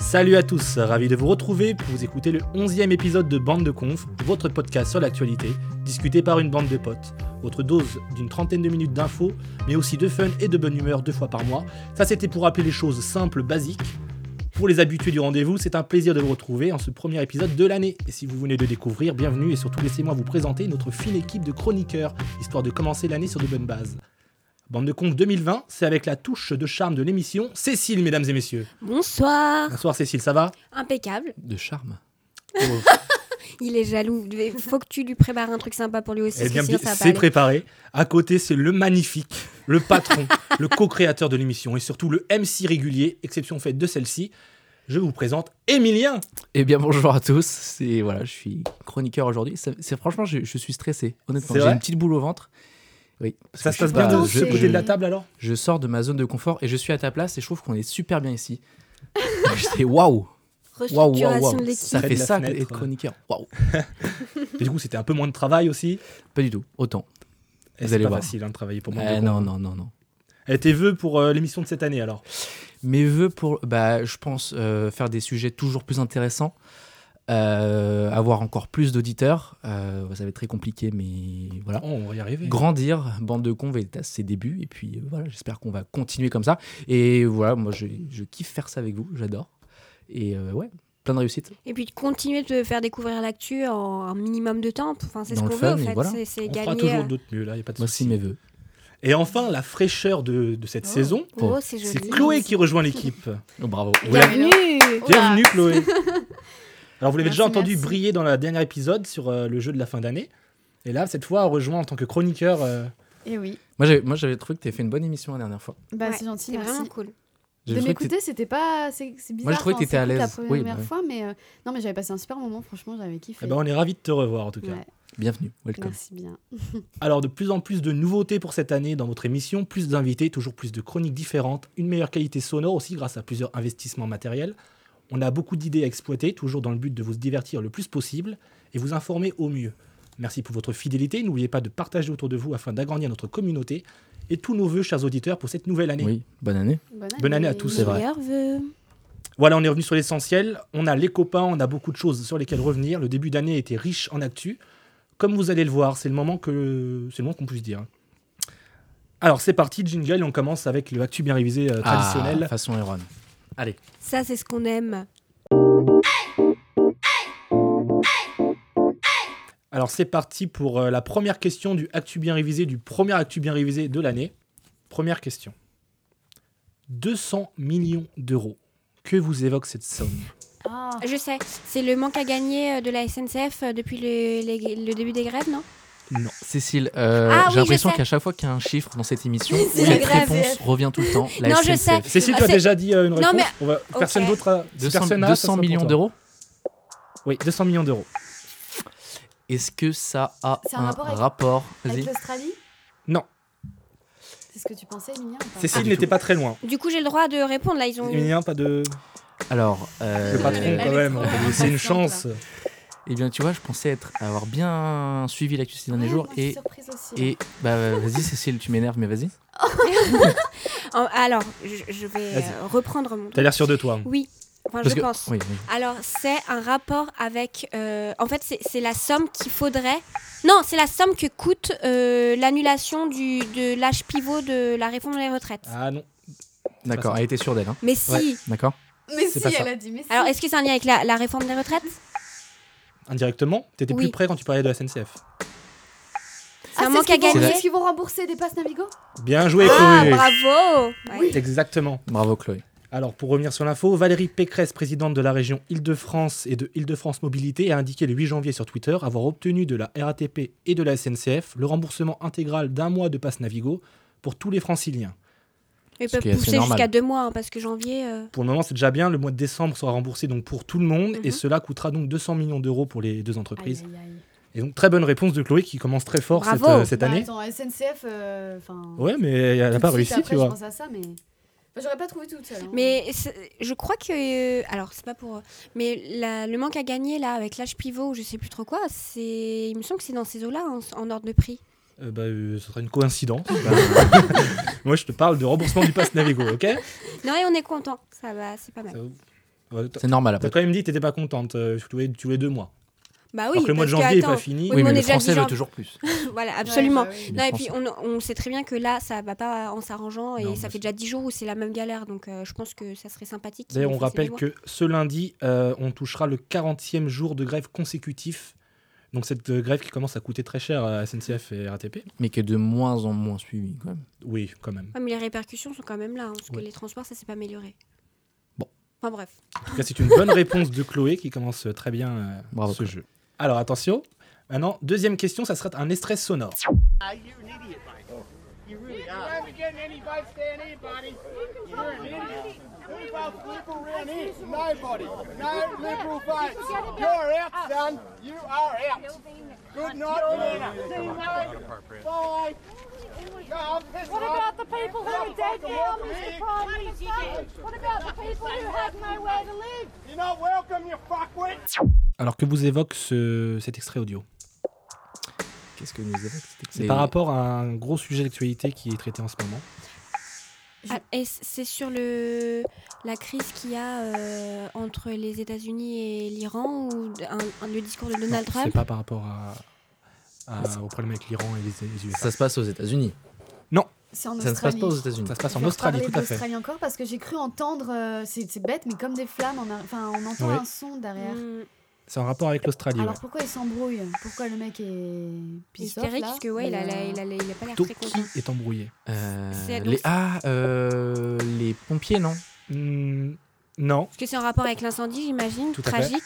Salut à tous, ravi de vous retrouver pour vous écouter le 11e épisode de Bande de Conf, votre podcast sur l'actualité, discuté par une bande de potes. Votre dose d'une trentaine de minutes d'infos, mais aussi de fun et de bonne humeur deux fois par mois. Ça, c'était pour rappeler les choses simples, basiques. Pour les habitués du rendez-vous, c'est un plaisir de vous retrouver en ce premier épisode de l'année. Et si vous venez de découvrir, bienvenue et surtout laissez-moi vous présenter notre fine équipe de chroniqueurs, histoire de commencer l'année sur de bonnes bases. Bande de Conf 2020, c'est avec la touche de charme de l'émission, Cécile, mesdames et messieurs. Bonsoir. Bonsoir Cécile, ça va Impeccable. De charme. Oh, Il est jaloux. Il faut que tu lui prépares un truc sympa pour lui aussi. Eh parce bien, que sinon, ça va pas c'est aller. préparé. À côté, c'est le magnifique, le patron, le co-créateur de l'émission et surtout le MC régulier, exception faite de celle-ci. Je vous présente Emilien. Eh bien bonjour à tous. C'est voilà, je suis chroniqueur aujourd'hui. Ça- C'est franchement, je, je suis stressé. Honnêtement, C'est j'ai vrai une petite boule au ventre. Oui. parce Ça que se je passe suis bien pas- de c'est- ce je, côté de la je, table alors je sors de ma zone de confort et je suis à ta place et je trouve qu'on est super bien ici. J'étais waouh, waouh, waouh, Restructuration waouh. de l'équipe. Ça Près fait de la ça fenêtre. être chroniqueur. Waouh, Et Du coup, c'était un peu moins de travail aussi. pas du tout. Autant. Et Vous c'est allez pas voir. facile hein, de travailler pour moi. Eh, non, non, non, non. Et tes vœux pour euh, l'émission de cette année alors Mes vœux pour, bah, je pense, euh, faire des sujets toujours plus intéressants, euh, avoir encore plus d'auditeurs. Euh, ça va être très compliqué, mais voilà. Oh, On va y arriver. grandir. Bande de Conve est à ses débuts. Et puis euh, voilà, j'espère qu'on va continuer comme ça. Et voilà, moi je, je kiffe faire ça avec vous, j'adore. Et euh, ouais, plein de réussites. Et puis de continuer de te faire découvrir l'actu en un minimum de temps. Enfin, c'est ce Dans qu'on le veut en fun, et fait. voilà. C'est- C'est On fera gagner. toujours euh, d'autres mieux là, y a pas de Voici souci. mes voeux. Et enfin, la fraîcheur de, de cette Oh. saison. Oh, c'est joli. C'est Chloé qui rejoint l'équipe. Oh, bravo. Oula. Bienvenue. Oula. Bienvenue Chloé. Alors vous l'avez déjà Merci, entendu merci. briller dans le dernier épisode sur euh, le jeu de la fin d'année. Et là, cette fois, rejoint en tant que chroniqueur. euh, Et Eh oui, Moi j'avais- moi, j'avais trouvé que tu avais fait une bonne émission la dernière fois. bah, Ouais, c'est gentil, C'est vraiment merci. cool. J'avais De trouvé que m'écouter, c'était pas. C'est c'est bizarre. Moi, je trouvais que enfin, t'étais à c'est l'aise. La première Oui, bah première oui. fois, mais euh, non, mais j'avais passé un super moment, franchement, j'avais kiffé. eh ben, on est ravis de te revoir en tout cas. Ouais, t'étais- Bienvenue, welcome. merci bien. Alors de plus en plus de nouveautés pour cette année dans votre émission, plus d'invités, toujours plus de chroniques différentes, une meilleure qualité sonore aussi grâce à plusieurs investissements matériels. On a beaucoup d'idées à exploiter, toujours dans le but de vous divertir le plus possible et vous informer au mieux. Merci pour votre fidélité, n'oubliez pas de partager autour de vous afin d'agrandir notre communauté et tous nos voeux, chers auditeurs, pour cette nouvelle année. Oui, bonne année. Bonne année, Bonne année à tous, c'est vrai. Meilleurs vœux. Voilà, on est revenu sur l'essentiel. On a les copains, on a beaucoup de choses sur lesquelles revenir. Le début d'année était riche en actu. Comme vous allez le voir, c'est le moment que c'est le moment qu'on puisse dire. Alors c'est parti, jingle, on commence avec le actu bien révisé euh, Ah, traditionnel. façon Iron. Ça, c'est ce qu'on aime. Alors c'est parti pour euh, la première question du actu bien révisé, du premier actu bien révisé de l'année. Première question. 200 millions d'euros. Que vous évoque cette somme Ah, Je sais. C'est le manque à gagner euh, de la SNCF euh, depuis le, les- le début des grèves, non Cécile, euh, Ah oui, j'ai l'impression je sais. qu'à chaque fois qu'il y a un chiffre dans cette émission, C'est cette grave. réponse revient tout le temps. La Non, je SNCF. Cécile, tu Ah, as c'est- déjà dit euh, une Non, réponse. mais- On va- ok. Personne d'autre. a- si 200, personne n'a, ça 200 sera pour millions toi. d'euros. Oui, 200 millions d'euros. Est-ce que ça a C'est un un rapport avec- rapport Avec Vas-y. l'Australie Non. C'est ce que tu pensais, Emilia ou pas Cécile Ah, du n'était tout. pas très loin. Du coup, j'ai le droit de répondre. Là, ils ont. Emilien, pas de. Alors, euh, Le patron, elle quand est même. trop on va lui impatiente, laisser une là. chance. Eh bien, tu vois, je pensais être, avoir bien suivi l'actu ces derniers Ouais, jours. moi, je suis Et, surprise aussi. et bah, vas-y, Cécile, tu m'énerves, mais vas-y. Ah, En- Alors, je, je vais Vas-y. euh, reprendre mon. T'as l'air sûr de toi. Oui. Enfin, Parce je que- pense. Oui, oui. Alors, c'est un rapport avec. euh, en fait, c'est- c'est la somme qu'il faudrait. Non, c'est la somme que coûte euh, l'annulation du- de l'âge pivot de la réforme des retraites. Ah non. D'accord, Bah, elle était sûre d'elle. hein. Mais si Ouais. D'accord Mais c'est si, pas ça. elle a dit, mais si. Alors, est-ce que c'est un lien avec la, la réforme des retraites Indirectement, t'étais Oui. plus près quand tu parlais de la SNCF. C'est un Ah, c'est manque ce à qu'ils vont- gagner C'est ce qu'ils vont rembourser des passes Navigo Bien joué, Ah, Chloé. bravo Ouais. Exactement. Bravo, Chloé. Alors, pour revenir sur l'info, Valérie Pécresse, présidente de la région Île-de-France et de Île-de-France Mobilité, a indiqué le 8 janvier sur Twitter avoir obtenu de la RATP et de la SNCF le remboursement intégral d'un mois de passe Navigo pour tous les franciliens. Ils Ce peuvent qui est assez pousser normal. jusqu'à deux mois, hein, parce que janvier. euh, Pour le moment, c'est déjà bien. Le mois de décembre sera remboursé donc pour tout le monde et Mhm. cela coûtera donc 200 millions d'euros pour les deux entreprises. Aïe, aïe, aïe. Et donc, très bonne réponse de Chloé qui commence très fort cette, Bravo. euh, cette Bah, année. Attends, SNCF, euh, enfin. Ouais, mais elle n'a tout pas de suite réussi, après, tu vois. Je pense à ça, mais. Enfin, J'aurais pas trouvé toute seule. hein. Mais c'est- je crois que. euh, Alors, c'est pas pour. Mais la- le manque à gagner, là, avec l'âge pivot, je sais plus trop quoi, c'est. Il me semble que c'est dans ces eaux-là, en, en ordre de prix. Euh, bah, euh, ce serait une coïncidence. Bah, Moi, je te parle de remboursement du pass Navigo, ok Non, et on est content. Ça va, c'est pas mal. Ça- Ouais, t- C'est normal T'as après. quand même dit que t'étais pas contente, euh, tous, les, tous les deux mois. Bah oui, Alors que le mois de parce janvier est attends, pas fini. Oui, Oui, mais on mais le est déjà français déjà- veut toujours plus. voilà, absolument. Ouais, bah oui. Le Non, et puis Français. on, on sait très bien que là, ça va pas en s'arrangeant et Non, ça mais fait déjà 10 jours où c'est la même galère, donc euh, je pense que ça serait sympathique. D'ailleurs, on qu'ils nous fassent des rappelle lois. que ce lundi, euh, on touchera le 40e jour de grève consécutif. Donc cette euh, grève qui commence à coûter très cher à SNCF et RATP. Mais qui est de moins en moins suivi quand même. Oui, quand même. Ouais, mais les répercussions sont quand même là, hein, parce que Ouais. les transports, ça s'est pas amélioré. Bon. Enfin bref. En tout cas, c'est une bonne réponse de Chloé qui commence euh, très bien euh, Bravo, ce jeu. Alors attention. Maintenant, deuxième question, ça sera un extrait sonore. Ah, you're an idiot, Mike. You really are. You haven't given anybody saying anybody. You're an idiot. Who's about liberal around here? Nobody. No liberal votes. You're out, son. You are out. Good night, Lena. Bye. No, I'm pissed What off. about the people who are dead now, Mr Prime Minister? What about the people who have nowhere to live? You're not welcome, you fuckwit. Alors que vous évoque ce- cet extrait audio Qu'est-ce que nous évoque cet C'est extrait par rapport à un gros sujet d'actualité qui est traité en ce moment. Ah, et c- c'est sur le, la crise qu'il y a euh, entre les États-Unis et l'Iran ou d- un- un- le discours de Non, Donald C'est Trump pas par rapport à- à- au problème avec l'Iran et les, les USA. Ça se passe aux États-Unis. C'est Ça ne en se passe Australie. pas aux États-Unis. Ça se passe Je en vais Australie, reparler tout à fait. d'Australie encore parce que j'ai cru entendre, euh, c'est c'est bête, mais comme des flammes, on a- enfin on entend Oui. un son derrière. Mm, C'est en rapport avec l'Australie. Alors ouais. pourquoi il s'embrouille Pourquoi le mec est pissed off, hystérique, là euh, parce que ouais, il a, la- il a la- il a pas l'air euh, Tout très qui content. est embrouillé. Euh, C'est- donc les... c'est- Ah, euh, les pompiers, non Hmm, non. Parce que c'est en rapport avec l'incendie, j'imagine, Tout à fait. tragique.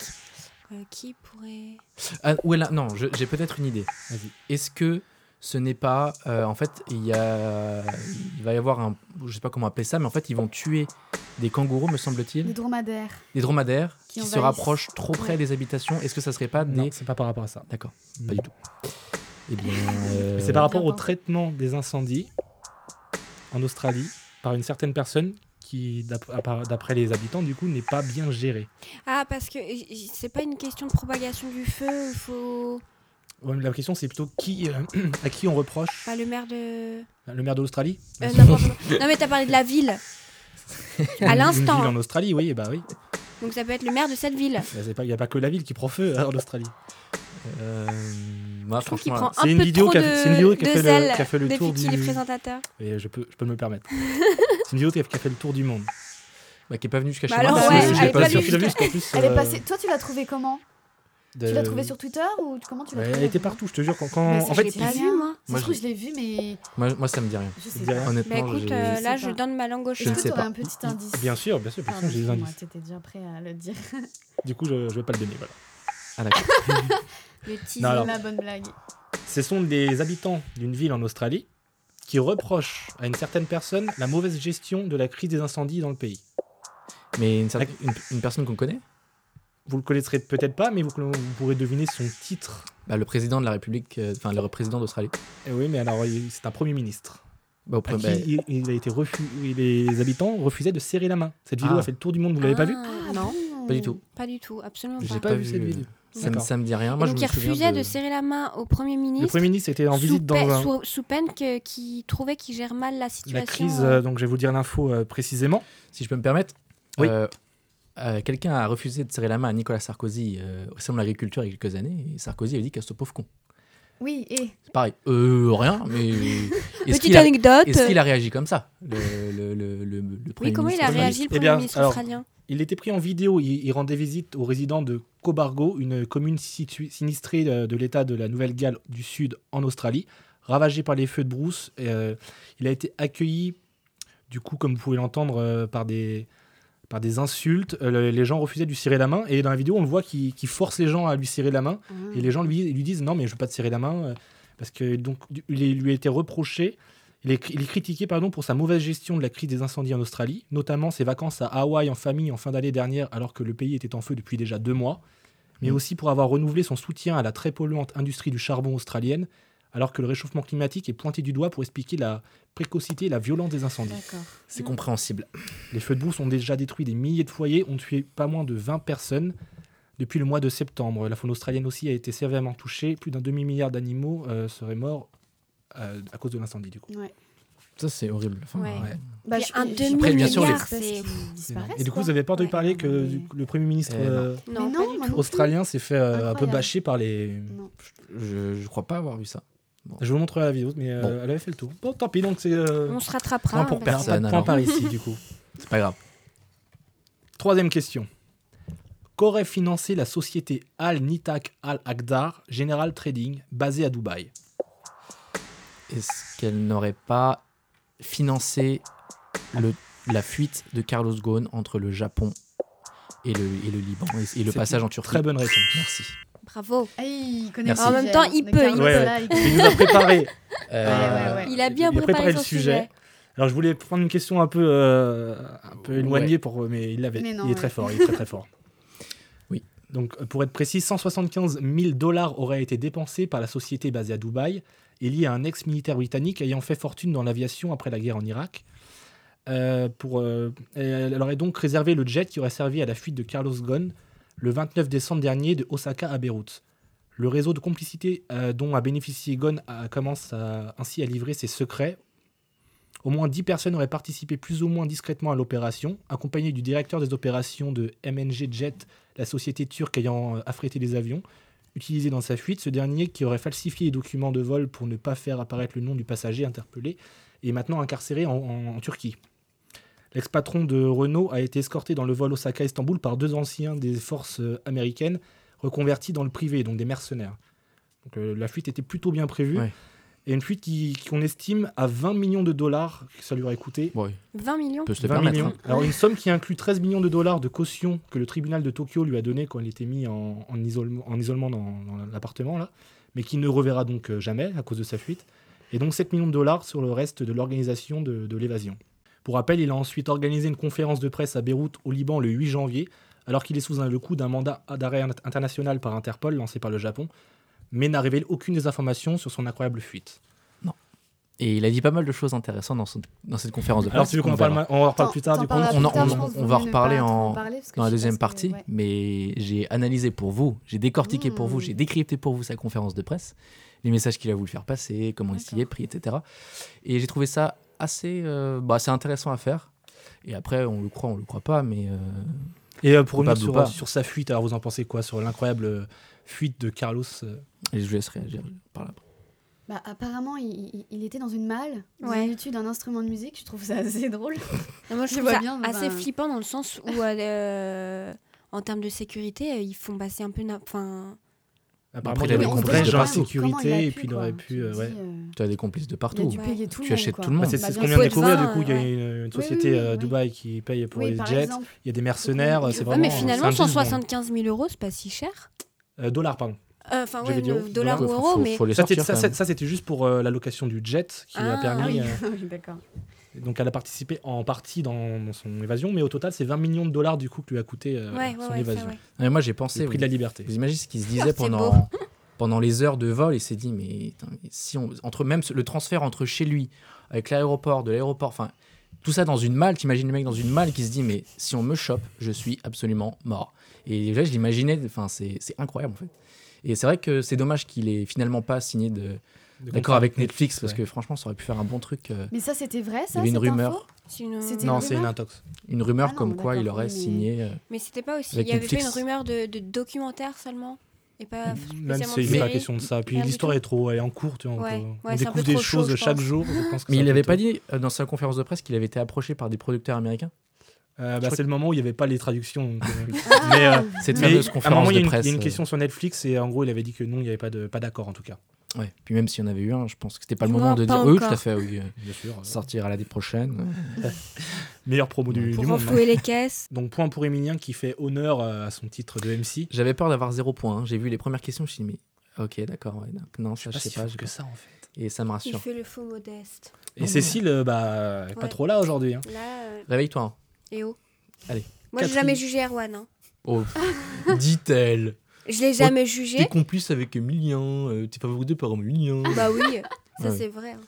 Euh, qui pourrait. ah, ou elle a- Non, je- j'ai peut-être une idée. Vas-y. Est-ce que ce n'est pas. euh, en fait, il, y a, il va y avoir un. Je sais pas comment appeler ça, mais en fait, ils vont tuer des kangourous, me Des semble-t-il, dromadaires. des dromadaires qui, Qui se envahissent. rapprochent trop près Ouais. des habitations. Est-ce que ça serait pas Non, des. c'est pas par rapport à ça. D'accord, Pas du tout. Eh bien. euh, Mais c'est par rapport au D'accord. traitement des incendies en Australie par une certaine personne qui, d'ap- appar- d'après les habitants, du coup, n'est pas bien gérée. Ah, parce que j- j- c'est pas une question de propagation du feu, il faut. Ouais, mais Euh, La question, c'est plutôt qui, euh, à qui on reproche Pas le maire de. Le maire de l'Australie Euh, n'importe quoi. non, mais t'as parlé de la ville. À Une l'instant. ville en Australie, oui, bah oui. Donc ça peut être le maire de cette ville. Il n'y a pas que la ville qui prend feu hein, en Australie. euh, moi, Je trouve qu'il franchement, prend un c'est une peu vidéo trop qui a de, fait- c'est une vidéo qui a de fait le- zèle qui a fait le depuis tour qu'il est du- présentateur. Et je peux, je peux me le permettre. c'est une vidéo qui a, qui a fait le tour du monde. bah, qui est pas venu jusqu'à Bah chez alors, moi. ouais, parce que elle je est l'ai pas vu. venue. J'ai vu, parce qu'en plus, Elle est euh, passée. Toi, tu l'as trouvé comment de- euh, Tu l'as trouvé sur Twitter ou comment tu l'as Ouais, trouvé elle était partout, je te jure. Quand, quand- Mais ça, en je fait, l'ai pas il- vu, moi. Ça Moi, se trouve, je- Eh je l'ai vu, mais Moi, moi, ça me dit rien. je Ça sais me dit pas. rien. Honnêtement, Bah écoute, j'ai- euh, là Je je sais pas. donne ma langue au chat. Je ne Est-ce que sais t'aurais pas. Eh un petit indice bien sûr, bien sûr, bien sûr, Pardon, j'ai des excuse-moi, indices. T'étais déjà prêt à le dire. Du coup, je ne vais pas le donner. Voilà. Ah, d'accord. Le teaser. Non, alors- la bonne blague. Ce sont des habitants d'une ville en Australie qui reprochent à une certaine personne la mauvaise gestion de la crise des incendies dans le pays. Mais une, certaine- une, une personne qu'on connaît Vous le connaîtrez peut-être pas, mais vous, vous pourrez deviner son titre. bah, Le président de la République, euh, enfin, le président d'Australie. Eh oui, mais alors, il- c'est un premier ministre. Bah, au À premier- qui bah, il, il a été refu- les habitants refusaient de serrer la main. Cette vidéo Ah. a fait le tour du monde, vous l'avez pas vu Ah, Non, Pas du tout. pas du tout, absolument J'ai pas. pas vu cette vidéo. Ça me, D'accord. ça me dit rien. Et Moi, donc je il me souviens refusait de- de... serrer la main au Premier Le ministre. Premier ministre était en sous visite dans pe- un- sous, sous peine que- qu'il trouvait qu'il gère mal la situation. la crise, euh, donc je vais vous dire l'info euh, précisément. Si je peux me permettre, Oui. euh, euh, quelqu'un a refusé de serrer la main à Nicolas Sarkozy euh, au salon de l'agriculture il y a quelques années. Et Sarkozy avait dit qu'à ce pauvre con. Oui, et C'est pareil. Euh, rien, mais. Est-ce Petite qu'il a, anecdote. est-ce qu'il a réagi comme ça, le, le, le, le, le Premier Oui, comment il a ministre réagi le Eh Premier bien, ministre alors- australien Il était pris en vidéo, il, il rendait visite aux résidents de Cobargo, une commune située- sinistrée euh, de l'État de la Nouvelle-Galles du Sud en Australie, ravagée par les feux de brousse. Et, euh, il a été accueilli, du coup, comme vous pouvez l'entendre, euh, par des par des insultes, Euh, le- les gens refusaient de lui serrer la main, et dans la vidéo on le voit qui force les gens à lui serrer la main, Ah, et les gens lui, lui disent non mais je veux pas te serrer la main, euh, parce que donc du- il est- lui a été reproché, il est, cri- il est critiqué pardon, pour sa mauvaise gestion de la crise des incendies en Australie, notamment ses vacances à Hawaï en famille en fin d'année dernière alors que le pays était en feu depuis déjà deux mois, mais Mm. aussi pour avoir renouvelé son soutien à la très polluante industrie du charbon australienne, alors que le réchauffement climatique est pointé du doigt pour expliquer la précocité et la violence des incendies. d'accord. C'est compréhensible. Les feux de brousse ont déjà détruit des milliers de foyers, ont tué pas moins de 20 personnes depuis le mois de septembre. La faune australienne aussi a été sévèrement touchée. Plus d'un demi-milliard d'animaux euh, seraient morts euh, à cause de l'incendie, du coup. Ouais. Ça, c'est horrible. Enfin, Ouais. ouais. Bah, Puis un je- Après, bien sûr, demi-milliard, les- c'est... Et du coup, vous avez pas entendu Ouais. parler que Mais- du- le Premier ministre Eh non. euh, Mais Non, pas non, du moi tout. non plus. australien s'est fait euh, un peu Incroyable. bâcher par les. Non. Je, je crois pas avoir vu ça. Je vous montrerai la vidéo, mais euh, Bon. elle avait fait le tour. Bon, tant pis, donc c'est. euh, On se rattrapera. Point pour hein, per- parce pas de personne, point alors. par ici, du coup. C'est pas grave. Troisième question. Qu'aurait financé la société Al Nitak Al Akdar General Trading, basée à Dubaï Est-ce qu'elle n'aurait pas financé le, la fuite de Carlos Ghosn entre le Japon et le, et le Liban et, et le C'est passage une en Turquie Très bonne réponse. Merci. que- Bravo. Ah, il connaît Merci. le En sujet, même temps, hein. il Le peut, il Carlos, peut. là, il- Il nous a préparé. Euh, Ah. euh, ouais, ouais. Il a bien il préparé, le son sujet. Alors je voulais prendre une question un peu, euh, un peu Ouais. éloignée, pour, mais il l'avait. Mais non, il est ouais. très fort, il est très très fort. Oui. Donc euh, pour être précis, 175 000 dollars auraient été dépensés par la société basée à Dubaï et liée à un ex-militaire britannique ayant fait fortune dans l'aviation après la guerre en Irak. Euh, pour, euh, elle aurait donc réservé le jet qui aurait servi à la fuite de Carlos Ghosn le 29 décembre dernier de Osaka à Beyrouth. Le réseau de complicité euh, dont a bénéficié Ghosn a- commence à- ainsi à livrer ses secrets au moins 10 personnes auraient participé plus ou moins discrètement à l'opération, accompagnées du directeur des opérations de MNG Jet, la société turque ayant euh, affrété les avions, utilisés dans sa fuite. Ce dernier, qui aurait falsifié les documents de vol pour ne pas faire apparaître le nom du passager interpellé, est maintenant incarcéré en, en- en Turquie. L'ex-patron de Renault a été escorté dans le vol Osaka-Istanbul par deux anciens des forces euh, américaines reconvertis dans le privé, donc des mercenaires. Donc, euh, la fuite était plutôt bien prévue. Ouais. Et une fuite qui- qu'on estime à 20 millions de dollars que ça lui aurait coûté. Bon, il 20 millions. peut se le 20 permettre. millions. hein. Alors une somme qui inclut 13 millions de dollars de caution que le tribunal de Tokyo lui a donné quand il était mis en, en isolem- en isolement dans, dans l'appartement là, mais qu'il ne reverra donc euh, jamais à cause de sa fuite. Et donc 7 millions de dollars sur le reste de l'organisation de, de l'évasion. Pour rappel, il a ensuite organisé une conférence de presse à Beyrouth au Liban le 8 janvier, alors qu'il est sous un- le coup d'un mandat d'arrêt int- international par Interpol lancé par le Japon, mais n'a révélé aucune des informations sur son incroyable fuite. Et il a dit pas mal de choses intéressantes dans, son- dans cette conférence de presse. Alors tu veux qu'on en parle, verra. ma- on en reparle T'en- plus tard t'en du coup parles on- plus on- tard, on- je pense, on vous va voulez ne reparler pas trop en- parler, parce que dans la je sais deuxième pas ce partie, que- ouais. mais j'ai analysé pour vous, j'ai décortiqué pour vous, Mmh. j'ai décrypté pour vous sa conférence de presse, les messages qu'il a voulu faire passer, comment il s'y est pris, etc. Et j'ai trouvé ça assez, euh, bah, c'est intéressant à faire. Et après, on le croit, on le croit pas, mais euh, Et euh, pour revenir Probable ou sur, pas. sur sa fuite, alors vous en pensez quoi sur l'incroyable euh, fuite de Carlos euh, et je vous laisse réagir par là. Bah, apparemment, il, il- il était dans une malle, dans Ouais. une étude d'un instrument de musique. Je trouve ça assez drôle. Non, moi, je Je trouve vois ça bien, mais assez ben- flippant dans le sens où, euh, en termes de sécurité, euh, ils font passer un peu. na- Enfin, Apparemment, Bah, Après, il il y avait a une des vraie complices de genre partout. insécurité, et puis il aurait pu. euh, ouais. Tu as des complices de Il a partout. dû Ouais. payer tout le Tu monde. achètes quoi. tout le monde. Bah, c'est Bah, c'est ce bien qu'on vient sûr. de découvrir, Faut du le coup, il y a vin, une, une oui, société oui, euh, à oui. Dubaï qui paye pour Oui, les par jets, exemple. il y a des mercenaires, Oui, Ah, c'est mais ouais, vraiment... mais euh, finalement, c'est un business 175 000 euros, c'est pas si cher. monde. Euh, dollars, pardon. Euh, Enfin, J'avais ouais, dit le euros. dollar Ouais, ou faut- euro, faut- mais. faut les Ça, sortir, c'est- ça, quand c'est- même. ça, c'était juste pour euh, la location du jet qui a Ah, Ah permis... oui, euh, oui, d'accord. donc elle a participé en partie dans, dans son évasion, mais au total, c'est 20 millions de dollars du coup que lui a coûté euh, Ouais, ouais, son ouais, ça, évasion. ouais. Non, mais moi, j'ai pensé. Le prix oui. de la liberté. Vous imaginez ce qu'il se C'est disait beau. pendant, pendant les heures de vol Il s'est dit, mais putain, mais si on, entre même ce- le transfert entre chez lui, avec l'aéroport, de l'aéroport, enfin, tout ça dans une malle, t'imagines le mec dans une malle qui se dit, mais si on me chope, je suis absolument mort. Et là, je l'imaginais, enfin, c'est c'est incroyable en fait. Et c'est vrai que c'est dommage qu'il ait finalement pas signé de- d'accord avec Netflix, parce ouais. que franchement, ça aurait pu faire un bon truc. euh, Mais ça, c'était vrai, il y ça avait une cette info rumeur, C'est une- C'était- Non, une c'est une rumeur intox. une rumeur Ah non, comme quoi d'accord, il aurait oui, mais- signé. euh, Mais c'était pas aussi. Il Avec y avait pas une Netflix. rumeur de, de documentaire seulement Et Mmh. pas. Même s'il spécialement de n'est pas série question de ça. Puis Rien du l'histoire tout. est trop, elle est en cours. Tu vois, on Ouais. peut- Ouais, on c'est un découvre peu des trop chaud, choses je chaque pense. jour. Je pense que Mais ça il va n'avait plutôt- pas dit euh, dans sa conférence de presse qu'il avait été approché par des producteurs américains Euh, bah, crois c'est le moment où il n'y avait pas les traductions. donc, euh, mais euh, Cette mais fameuse à un conférence moment, il y a de une- presse. il y a une euh, question sur Netflix et en gros, il avait dit que non, il n'y avait pas de- pas d'accord en tout cas. Ouais. Puis même s'il y en avait eu un, je pense que c'était pas le Non, moment de pas dire oui, tout encore. à fait, oui, euh, Bien sûr. euh, sortir à l'année prochaine. meilleure promo du, Pour du monde. hein. renflouer les caisses. Donc, point pour Emilien qui fait honneur euh, à son titre de MC. J'avais peur d'avoir zéro point. hein. J'ai vu les premières questions, je me suis dit, mais ok, d'accord, ouais, donc non, ça, je sais si pas. fou je- que ça en fait. Et ça me Il rassure. fait le faux modeste. Et Cécile, euh, bah, elle est pas Ouais. trop là aujourd'hui. hein. Là, euh, Réveille-toi. hein. et oh. Allez, Moi, j'ai Catherine. jamais jugé Erwan. hein. Oh, dit-elle. Je l'ai jamais jugé. T'es complice avec Emilien. euh, T'es favorisé par Emilien. Bah oui, ça Ouais. c'est vrai. hein.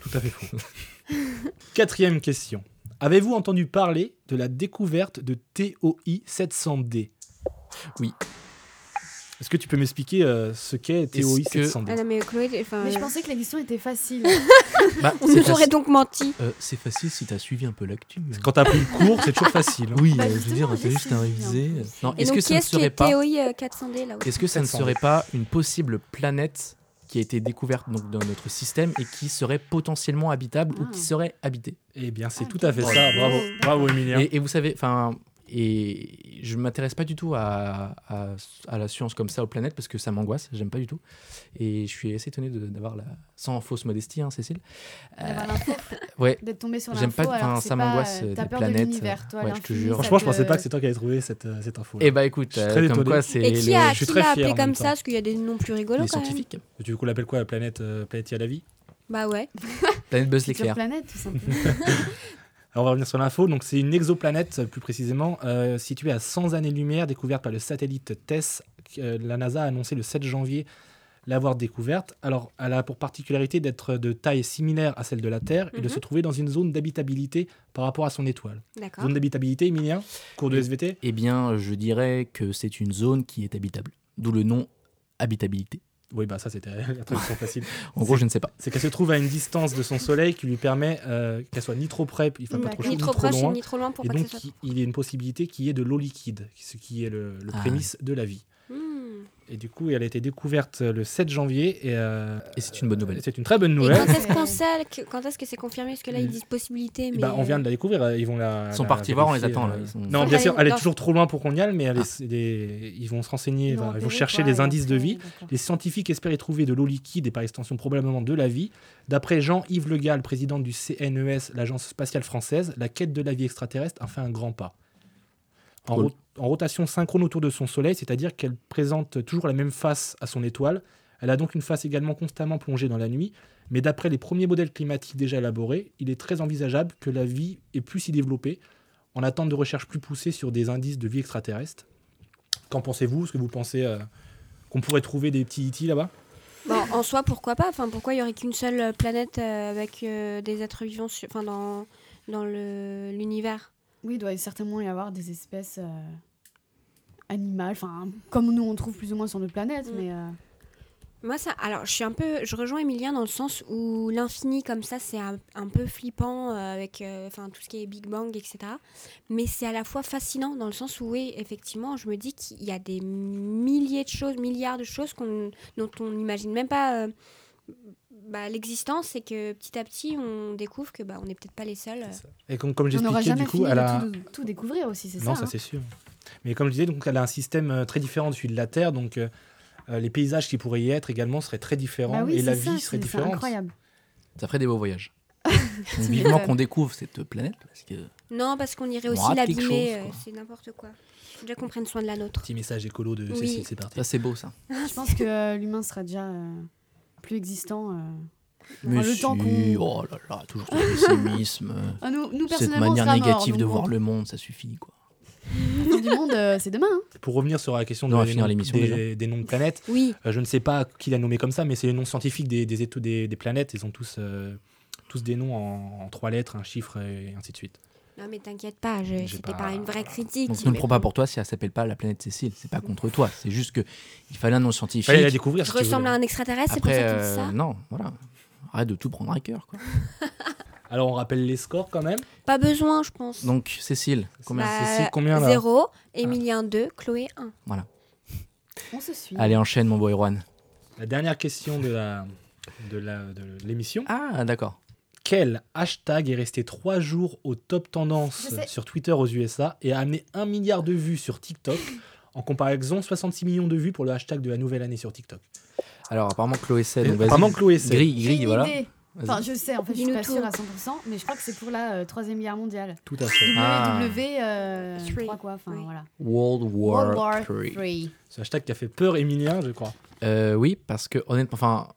Tout à fait faux. Quatrième question. Avez-vous entendu parler Ah. de la découverte de TOI 700D Oui. Est-ce que tu peux m'expliquer euh, ce qu'est TOI que- 702 Ah non, mais Chloé, enfin, Mais je pensais que l'émission était facile. Bah, on c'est nous aurait faci- donc menti. euh, c'est facile si t'as suivi un peu l'actu. hein. Quand t'as pris le cours, c'est toujours facile. hein. Oui, Bah, euh, je veux dire, justement, t'as juste à j'ai suivi un réviser. peu. Non, hein. Et est-ce donc, que qui ça ne est-ce qui serait est pas TOI euh, 400D là Est-ce que ça ne 700. serait pas une possible planète qui a été découverte donc, dans notre système et qui serait potentiellement habitable ou Ah. qui serait habitée Eh bien, c'est Ah, tout à fait ok. ça. Bravo, bravo Emilien. et, et vous savez, enfin, et je m'intéresse pas du tout à, à- à la science comme ça aux planètes parce que ça m'angoisse, j'aime pas du tout. Et je suis assez étonné de- d'avoir la sans fausse modestie, hein, Cécile. D'avoir l'info, Ouais, d'être tombé sur J'aime l'info. pas- alors enfin, que c'est ça pas, m'angoisse, euh, euh, T'as des peur planètes, de l'univers, toi. ouais, je te l'infini, jure. ça Franchement, je te- pensais pas que c'est toi qui avais trouvé cette, euh, cette info. Et bah écoute, Je suis euh, très comme étonné. quoi c'est Et qui a, je suis qui très l'a fier en appelé même comme temps. ça Parce qu'il y a des noms plus rigolos les quand même. scientifiques. Du coup, on l'appelle quoi la planète euh, Planète Yalavi Bah ouais. Planète Buzz Future l'éclair. planète, tout simplement. Alors, on va revenir sur l'info. Donc, c'est une exoplanète, euh, plus précisément, euh, située à 100 années-lumière, découverte par le satellite TESS. Euh, la NASA a annoncé le 7 janvier l'avoir découverte. Alors, elle a pour particularité d'être euh, de taille similaire à celle de la Terre et de Mhm. se trouver dans une zone d'habitabilité par rapport à son étoile. D'accord. Zone d'habitabilité, Emilien Cours de Oui. SVT Eh bien, je dirais que c'est une zone qui est habitable, d'où le nom habitabilité. Oui, bah ça, c'était la traduction facile. En gros, je ne sais pas. C'est qu'elle se trouve à une distance de son soleil qui lui permet euh, qu'elle soit ni trop près, il faut pas D'accord. trop chaud, Bah, Ni ni trop trop, proche loin. ni trop loin pour Et pas donc, que ce soit. il il y a une possibilité qu'il y ait de l'eau liquide, ce qui est le, le Ah. prémisse de la vie. Hmm. Et du coup, elle a été découverte euh, le 7 janvier. Et, euh, Et c'est une bonne nouvelle. C'est une très bonne Et nouvelle. quand est-ce qu'on sait que- Quand est-ce que c'est confirmé Parce que là, ils disent possibilité. Eh mais ben, on vient de la découvrir. euh, Ils vont la. Ils sont la partis voir, on les vérifier, attend, là, euh, ils sont- Ah. Non, Faut bien que sûr, j'aille- elle est non. toujours trop loin pour qu'on y aille, mais elle est- des- ils vont se renseigner, Ils enfin, l'ont ils vont repéré, chercher quoi, les et indices de après, vie. d'accord. Les scientifiques espèrent y trouver de l'eau liquide et par extension probablement de la vie. D'après Jean-Yves Le Gall, président du CNES, l'agence spatiale française, la quête de la vie extraterrestre a fait un grand pas. En, Cool. ro- en rotation synchrone autour de son Soleil, c'est-à-dire qu'elle présente toujours la même face à son étoile. Elle a donc une face également constamment plongée dans la nuit. Mais d'après les premiers modèles climatiques déjà élaborés, il est très envisageable que la vie ait pu s'y développer en attente de recherches plus poussées sur des indices de vie extraterrestre. Qu'en pensez-vous Est-ce que vous pensez euh, qu'on pourrait trouver des petits E.T. là-bas Bon, en soi, pourquoi pas Enfin, pourquoi il y aurait qu'une seule euh, planète euh, avec euh, des êtres vivants sur- enfin, dans, dans le- l'univers Oui, il doit certainement y avoir des espèces euh, animales, enfin, comme nous on trouve plus ou moins sur notre planète, Mm. mais. euh, Moi, ça. Alors, je suis un peu. Je rejoins Emilien dans le sens où l'infini, comme ça, c'est un, un peu flippant euh, avec euh, enfin, tout ce qui est Big Bang, etc. Mais c'est à la fois fascinant dans le sens où, oui, effectivement, je me dis qu'il y a des milliers de choses, milliards de choses qu'on- dont on n'imagine même pas. euh, bah, l'existence et que petit à petit on découvre que bah, on n'est peut-être pas les seuls. euh. Et comme, comme On n'aura j'expliquais, jamais du coup, fini elle de a. tout, tout découvrir aussi, c'est non, ça. hein. ça c'est sûr. Mais comme je disais, donc, elle a un système euh, très différent de celui de la Terre. Donc euh, euh, les paysages qui pourraient y être également seraient très différents. Bah oui, et la c'est ça, vie serait c'est- différente. C'est incroyable. Ça ferait des beaux voyages. Donc, Tu vivement m'étonnes. qu'on découvre cette planète parce que Non, parce qu'on irait On aussi rate quelque l'abîmer, chose, euh, quoi. c'est n'importe quoi. Faut déjà qu'on prenne soin de la nôtre. Petit message écolo de Oui. Cécile, c'est parti. ça c'est beau ça. Je pense que euh, l'humain sera déjà euh, plus existant. euh. Mais le temps si, qu'on- oh là là, toujours ce pessimisme, euh, Ah, nous, nous, cette personnellement, on manière sera mort, négative de donc voir bon, le monde, ça suffit quoi. la fin du monde, euh, c'est demain. hein. Pour revenir sur la question On va des, finir noms- l'émission, des, déjà. des noms de planètes, Oui, euh, je ne sais pas qui l'a nommé comme ça, mais c'est les noms scientifiques des, des, éto- des, des planètes. Ils ont tous, euh, tous des noms en, en trois lettres, un chiffre et ainsi de suite. non mais t'inquiète pas, je- J'ai c'était pas- pas une vraie critique. Donc ne le mais prends pas pour toi si elle s'appelle pas la planète Cécile, c'est pas contre toi, c'est juste que il fallait un nom scientifique. Fallait la découvrir. Je si tu voulais. ressemble à un Ah, extraterrestre, c'est pour Après ça qu'on dit euh, ça. non, voilà. Arrête de tout prendre à cœur quoi. Alors on rappelle les scores quand même. Pas besoin, je pense. Donc Cécile, euh, combien Ah. Bah, Cécile, combien, là 0, Emilien 2, Chloé 1. On se suit. Allez, enchaîne mon beau Erwan. La dernière question de la de la- de l'émission. Ah, d'accord. Quel hashtag est resté trois jours au top tendance Je sais. sur Twitter aux USA et a amené un milliard de vues sur TikTok En comparaison, 66 millions de vues pour le hashtag de la nouvelle année sur TikTok. Alors apparemment Chloé sait, donc vas-y. Apparemment, Chloé, c'est. Gris, J'ai gris, une voilà. idée. Enfin, je sais, en fait, je suis Dis-nous pas tout. sûre à 100%, mais je crois que c'est pour la euh, Troisième Guerre mondiale. Tout à fait. Ah. W, euh, Three. trois quoi, enfin Oui. voilà. World World War War III. Three. Ce hashtag qui a fait peur Emilien, je crois. Euh, oui, parce que honnêtement, enfin,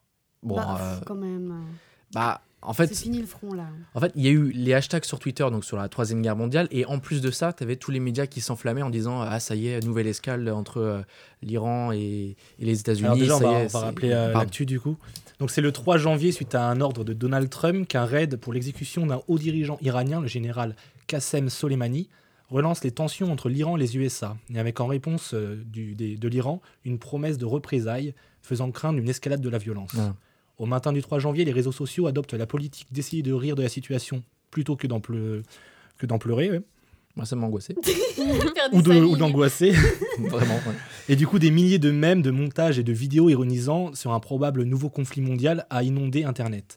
bon, Bah, euh, pff, quand même. bah, en euh, fait, C'est fini le front là. en fait, il y a eu les hashtags sur Twitter, donc sur la troisième guerre mondiale, et en plus de ça, tu avais tous les médias qui s'enflammaient en disant ah ça y est, nouvelle escale entre euh, l'Iran et, et les Alors États-Unis. déjà, on ça va, y est, on va c'est- rappeler euh, Pardon. l'actu du coup. Donc c'est le 3 janvier, suite à un ordre de Donald Trump, qu'un raid pour l'exécution d'un haut dirigeant iranien, le général Qassem Soleimani, relance les tensions entre l'Iran et les USA, et avec en réponse euh, du- des- de l'Iran une promesse de représailles, faisant craindre une escalade de la violence. Ouais. Au matin du 3 janvier, les réseaux sociaux adoptent la politique d'essayer de rire de la situation plutôt que d'en pleu- que d'en pleurer, ouais, Moi, ça m'a angoissé. ou de- ou d'angoisser. Vraiment. ouais. Et du coup, des milliers de mèmes, de montages et de vidéos ironisant sur un probable nouveau conflit mondial a inondé Internet.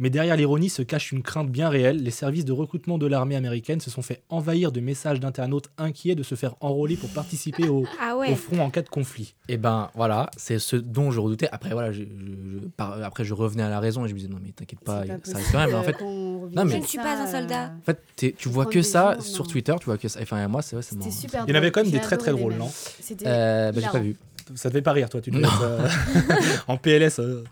Mais derrière l'ironie se cache une crainte bien réelle. Les services de recrutement de l'armée américaine se sont fait envahir de messages d'internautes inquiets de se faire enrôler pour participer au, Ah au ouais. front en cas de conflit. Et ben voilà, c'est ce dont je redoutais. Après, voilà, je, je- je- par- après, je revenais à la raison et je me disais, non, mais t'inquiète pas, C'est ça arrive quand même. Mais en fait, possible Euh, qu'on revienne non, mais- à Je ne suis pas un ça, soldat. euh, en fait t'es- tu vois prendre que des ça jours, sur non. Twitter, tu vois que ça. Enfin, moi, c'est vrai, c'est C'était marrant. super Il y en avait drôle, quand même j'ai des très, adoré très les drôles, hein. mêmes. non C'était- Euh, bah, j'ai Là. pas vu. Ça te fait pas rire, toi, tu te Non. laisses, euh, en PLS. euh.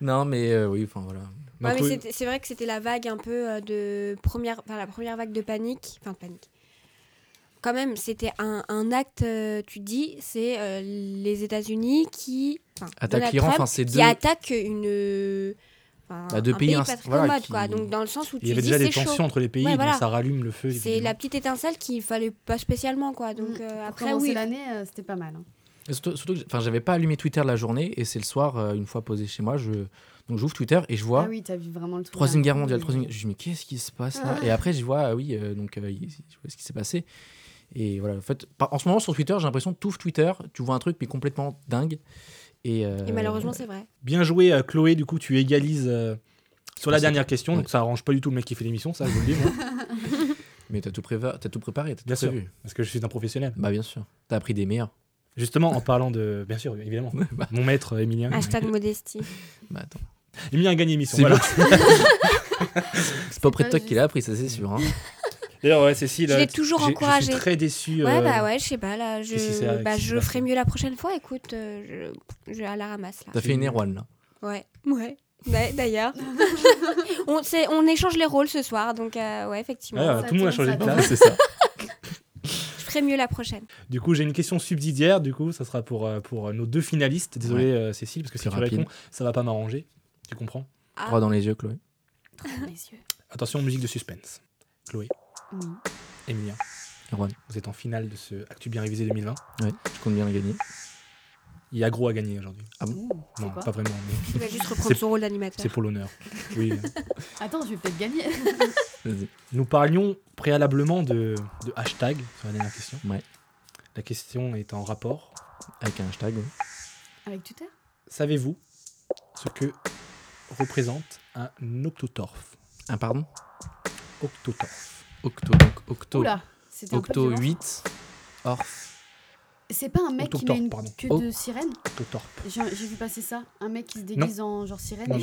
Non, mais euh, oui, enfin voilà. Ouais, Donc, mais oui. c'était- c'est vrai que c'était la vague un peu euh, de première, enfin, la première vague de panique, enfin de panique. Quand même, c'était un, un acte, euh, tu te dis, c'est euh, les États-Unis qui enfin, Attaque Donald l'Iran, Trump enfin, c'est qui deux- attaquent une, euh, enfin, Bah, deux un pays pays inst- patriote, voilà, qui- quoi. Donc dans le sens où Il tu y avait dis déjà des c'est chaud. tensions entre les pays, Ouais, donc voilà. ça rallume le feu. C'est évidemment. la petite étincelle qu'il fallait pas spécialement, quoi. Donc euh, Pour après, commencer oui, l'année, euh, c'était pas mal. hein. Et Surtout, surtout que j'- enfin, j'avais pas allumé Twitter la journée et c'est le soir, euh, une fois posé chez moi, je... donc j'ouvre Twitter et je vois Ah oui, t'as vu vraiment le truc. Troisième d'un Guerre coup, mondiale, euh, troisième... Je me dis, mais qu'est-ce qui se passe là Et après, je vois, ah oui, euh, donc euh, il- je vois ce qui s'est passé. Et voilà, en fait, par- en ce moment sur Twitter, j'ai l'impression que tout Twitter, tu vois un truc, mais complètement dingue. Et, euh, et malheureusement, c'est vrai. Bien joué, euh, Chloé. Du coup, tu égalises euh, sur la Merci. dernière question. Donc, Ouais. ça arrange pas du tout le mec qui fait l'émission, ça, je vous le dis, hein, moi, Mais t'as tout, préva- t'as tout préparé, t'as Bien tout sûr. prévu. parce que je suis un professionnel. Bah, bien sûr. T'as appris des meilleurs. Justement, en parlant de. Bien sûr, évidemment. bah, Mon maître, Emilien. Hashtag modestie. bah, attends. Emilien a gagné l'émission. C'est Voilà. C'est pas auprès de pas toi qu'il a appris, ça c'est sûr. hein. D'ailleurs, ouais, Cécile. Je l'ai euh, toujours j'ai- Je encouragée. suis très déçu. Ouais, euh, bah ouais, je sais pas, là, je, si c'est avec bah, Sylvain je ferai Frémaux. mieux la prochaine fois, écoute, euh, je, je- à la ramasse, là. T'as fait une Erwan là. Ouais, ouais, ouais d'ailleurs. on, c'est- on échange les rôles ce soir, donc euh, ouais, effectivement, ah, Ça tout le monde a tourne, changé ça de tourne. place, c'est ça. je ferai mieux la prochaine. Du coup, j'ai une question subsidiaire. Du coup, ça sera pour, euh, pour euh, nos deux finalistes. Désolé, euh, Cécile, parce que si C'est tu rapide. réponds, ça va pas m'arranger. Tu comprends Ah. Droit dans les yeux, Chloé. dans les yeux. Mmh. Attention, musique de suspense. Chloé, Mmh. Oui. Emilien, Erwan, vous êtes en finale de ce Actu Bien Révisé 2020. ouais, je compte bien la gagner. Il y a gros à gagner aujourd'hui. Ouh, c'est Non, quoi pas vraiment. mais Il va juste C'est- reprendre son rôle C'est d'animateur. pour l'honneur. Oui. Attends, je vais peut-être gagner. Vas-y. Nous parlions préalablement de, de hashtag sur la dernière question. Ouais. La question est en rapport. Avec un hashtag. ouais. Avec Twitter Savez-vous ce que représente un octotorf Ah, pardon Octotorf. Octo, donc Octo. Oula, c'était un peu Octo violent. 8, Orf. C'est pas un mec qui Octotorp, met une pardon. queue Oh. de sirène Octotorp. J'ai j'ai vu passer ça. Un mec qui se déguise en genre sirène. Non.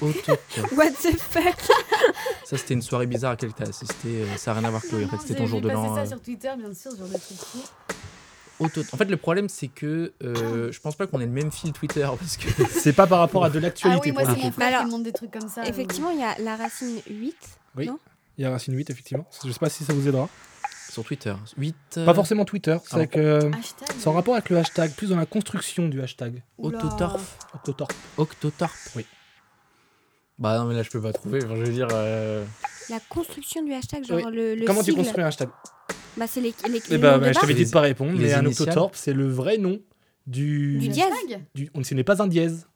Autocorp. What the fuck Ça, c'était une soirée bizarre à laquelle t'as assisté. euh, Ça n'a rien à voir, Chloé. En fait, c'était J'ai ton vu jour de passer l'an. ça euh, sur Twitter, bien sûr, genre de truc fou. auto- En fait, le problème, c'est que euh, je pense pas qu'on ait le même fil Twitter parce que. C'est pas par rapport à de Ah l'actualité oui, moi, pour c'est le coup. mon frère alors, qui monte des trucs Ah, comme ça. euh, Effectivement, il y a la racine 8. Il y a Racine 8, effectivement. Je sais pas si ça vous aidera. Sur Twitter. euh, 8. Pas forcément Twitter. C'est ah avec, euh, Hashtag. c'est en rapport avec le hashtag, plus dans la construction du hashtag. Oula. Autotorf. Octotorf. Octotorp. Oui. Bah non, mais là, je peux pas trouver. Enfin, je veux dire. euh, La construction du hashtag, genre Oui. le, le Comment tu sigle. construis un hashtag Bah, c'est les, les, Eh le ben, nom de bah, je barre. t'avais dit de pas répondre, Les mais un initiales. octotorp, c'est le vrai nom du, Du Du dièse. hashtag du- on- ce n'est pas un dièse.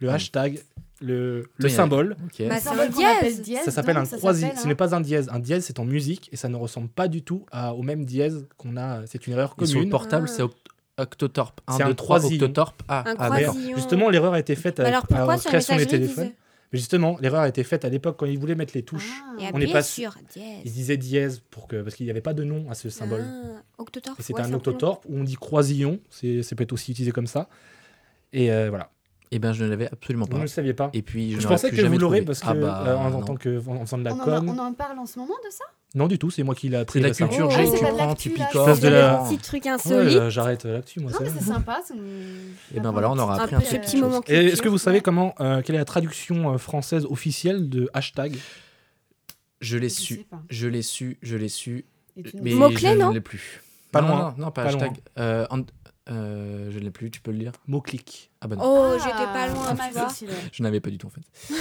Le Ah. hashtag, le, il y le a- symbole, Ok. Bah, Le c'est symbole un qu'on appelle dièse. dièse, ça s'appelle donc un ça croisi. s'appelle Ce un- n'est pas un dièse. Un dièse, c'est en musique et ça ne ressemble pas du tout à, au même dièse qu'on a. C'est une erreur Et sur le commune. portable, euh, Ah. c'est Oct- Octotorp. 1, C'est un 2, 3, croisillon. Octotorp. Un Ah, ah, d'ailleurs, d'accord. croisillon. Justement, l'erreur a été faite Bah, à, alors pourquoi à la sur la création des messagerie, ils téléphones. Mais justement, l'erreur a été faite à l'époque quand ils voulaient mettre les touches. Et Ah. On n'est pas appuyez su- sur Ils dièse. disaient dièse pour que, parce qu'il n'y avait pas de nom à ce symbole. Ah, octotorpe, Et c'est ouais, un peu long. octotorp où on dit croisillon. C'est c'est peut-être aussi utilisé comme ça. Et euh, voilà. Eh ben, je ne l'avais absolument Vous pas. ne le saviez pas. Et puis, je, Je n'aurais pensais plus que jamais vous l'aurez trouvé. parce que Ah bah, euh, en, en non. non. tant que en, en faisant de la On en, a- com, on en parle en ce moment de ça non du tout, c'est moi qui l'ai C'est appris. de la récemment. culture, Oh, j'ai c'est tu pas de prends, l'actu, tu là, picores. c'est tu de la- prends. Petit truc Ouais, insolite. euh, J'arrête euh, là-dessus, moi. Non, c'est mais bon. c'est sympa. c'est- Eh ben voilà, on aura un appris peu un ce truc. petit moment Et Est-ce que vous culture. savez comment euh, quelle est la traduction euh, française officielle de hashtag Je l'ai Je sais su, pas. je l'ai su, je l'ai su, Et tu nous mais dis- Mot-clé, je ne non l'ai plus. Pas non, loin, Non, non, pas, pas hashtag. loin. Euh, and- euh, je ne l'ai plus, tu peux le lire. Mot clic Ah bah non, Oh, Ah, j'étais pas loin, mal tu vois. utile. je n'avais pas du tout en fait.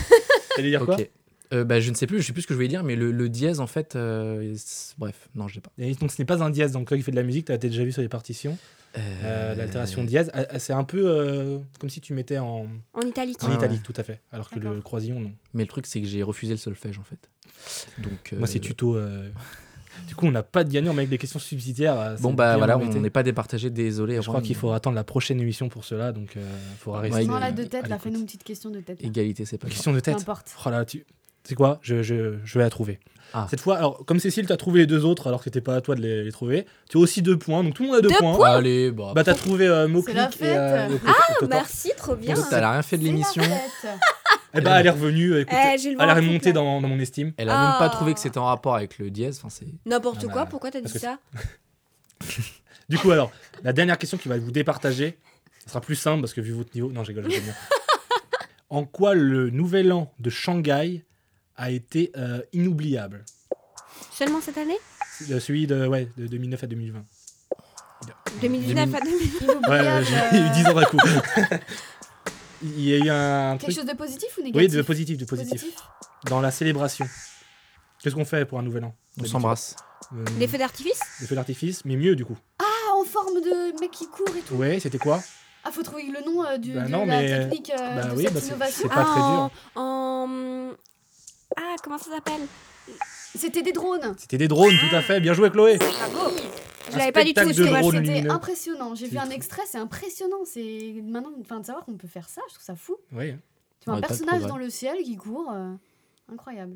T'allais dire quoi ok. Euh, bah, je ne sais plus, je sais plus ce que je voulais dire, mais le, le dièse, en fait, euh, c'est- bref, non, je sais pas. Et donc ce n'est pas un dièse, donc toi qui fais de la musique, tu as déjà vu sur les partitions, euh, l'altération dièse, ah, ah, c'est un peu euh, comme si tu mettais en, En italique. en Ah ouais. italique tout à fait, alors que le D'accord. croisillon non. Mais le truc, c'est que j'ai refusé le solfège, en fait. Donc, Moi c'est euh, tuto. euh, Du coup on n'a pas de gagnant, mais avec des questions subsidiaires. euh, Bon, c'est bah bien voilà, embêté. on n'est pas départagé, désolé. Je crois Erwan, qu'il mais faut attendre la prochaine émission pour cela, donc il faudra Ouais, rester. il- Prends la euh, de à tête, là, l'écoute. fais-nous une petite question de tête. Égalité, c'est pas grave. Ah, Question de tête. N'importe. Oh là, tu sais quoi je, je, je vais la trouver. Ah. Cette fois, alors comme Cécile, t'as trouvé les deux autres alors que c'était pas à toi de les, les trouver. Tu as aussi deux points, donc tout le monde a deux, Deux points. Allez, bah, Bah t'as trouvé euh, Moclic la et, euh, fête. et Coco- et Cotor. Merci, trop bien. donc, elle a rien fait de l'émission. Eh bah elle est revenue. Écoute, Eh, j'ai le elle vent est en poupe, remontée là. dans, dans mon estime. Elle a même pas Ah. trouvé que c'était en rapport avec le dièse. Enfin, c'est. N'importe Non, quoi, bah, pourquoi t'as parce dit que ça Du coup alors, la dernière question qui va vous départager, ça sera plus simple parce que vu votre niveau, non j'ai rigole, je rigole. En quoi le nouvel an de Shanghai a été euh, inoubliable Seulement cette année Euh, Celui de ouais de 2009 à 2020. 2019 à 2000. Ouais, euh, j'ai eu 10 ans d'un coup. Il y a eu un Quelque truc. chose de positif ou Oui, négatif de positif, de positif. Dans la célébration. Qu'est-ce qu'on fait pour un nouvel an On s'embrasse. Euh, Les feux d'artifice Des feux d'artifice, mais mieux du coup. Ah, en forme de mec qui court et tout. Ouais, c'était quoi Ah, faut trouver le nom euh, du, Bah de non, la mais- technique euh, bah de oui, cette bah c'est- innovation. c'est pas très dur. en... en- Ah, comment ça s'appelle Ah, C'était des drones. C'était des drones, tout à fait. Bien joué, Chloé. Bravo Je Un l'avais pas du tout, spectacle de c'est vrai, Oh, drone c'était- lumineux. C'était impressionnant. J'ai vu C'est- un extrait, c'est impressionnant. C'est maintenant, enfin, de savoir qu'on peut faire ça, je trouve ça fou. Oui. Tu vois Ouais, pas un de personnage progrès. dans le ciel qui court, euh, incroyable.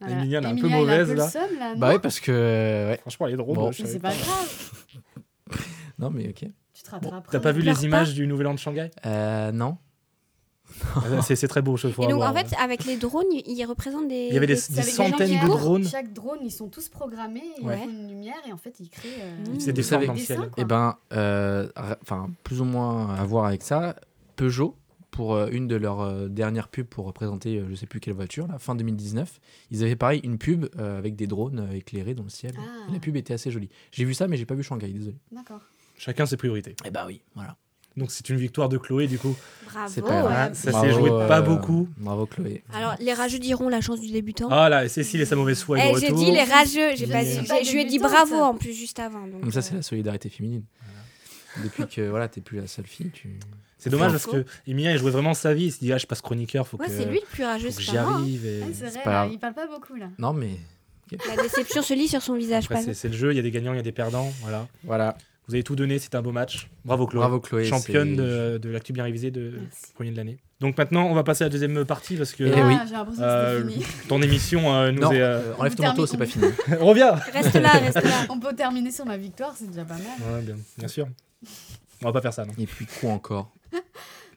Emilia, elle est un peu Emilia, elle a mauvaise, le là. seum, là, Bah Ah non oui, parce que. euh, ouais. Franchement, les drones. Bon. je Mais savais c'est pas. pas grave, Non, mais ok. tu te rattrapes. hein. T'as pas vu pleure les pas. images du nouvel an de Shanghai Euh, non. Ah, c'est, c'est très beau, je Et crois. donc, en fait, avec les drones, ils ils représentent des. Il y avait des- C'est avec les centaines gens qui de courent. drones. Chaque drone, ils sont tous programmés, ils Ouais. font une lumière et en fait, ils créent. euh, Mmh. C'est des Vous formes savez- dans le Des ciel. cinq. quoi. Eh ben, euh, ra- enfin, plus ou moins à voir avec ça. Peugeot, pour euh, une de leurs euh, dernières pubs pour représenter euh, je sais plus quelle voiture, là, fin 2019, ils avaient pareil une pub euh, avec des drones euh, éclairés dans le ciel. Ah. La pub était assez jolie. J'ai vu ça, mais j'ai pas vu Shanghai, désolé. D'accord. Chacun ses priorités. Eh ben oui, voilà. Donc c'est une victoire de Chloé, du coup. Bravo pas grave. Voilà, ouais. ça s'est joué pas beaucoup. euh, Bravo Chloé. Alors, les rageux diront la chance du débutant. Ah là, et Cécile et sa mauvaise foi. Eh, est de j'ai retour. dit les rageux, j'ai Je pas suis dit. pas j'ai- Je lui ai dit débutante. bravo en plus juste avant. donc, Comme ça, euh, c'est la solidarité féminine. Depuis que voilà, t'es plus la seule fille, tu. C'est dommage parce Bravo. que Emilia, elle jouait vraiment sa vie. Il se dit, ah, je passe chroniqueur, faut Ouais, que, c'est lui le plus rageux, faut que c'est j'y pas moi, hein. arrive. et- Ah, c'est vrai, pas là, grave. il parle pas beaucoup là. Non mais La déception se lit sur son visage, Après, pas c'est, c'est le jeu, il y a des gagnants, il y a des perdants. Voilà. voilà. Vous avez tout donné, c'était un beau match. Bravo Chloé. Bravo Chloé. Championne c'est- de, de l'actu bien révisée de Merci. premier de l'année. Donc maintenant, on va passer à la deuxième partie parce que Eh Ah, oui. J'ai l'impression euh, que c'était fini. ton émission euh, nous Non, est. euh, euh, enlève ton manteau, c'est pas fini. Reviens Reste là, reste là. On peut terminer sur ma victoire, c'est déjà pas mal. Ouais, bien, bien sûr. On va pas faire ça, non Et puis quoi encore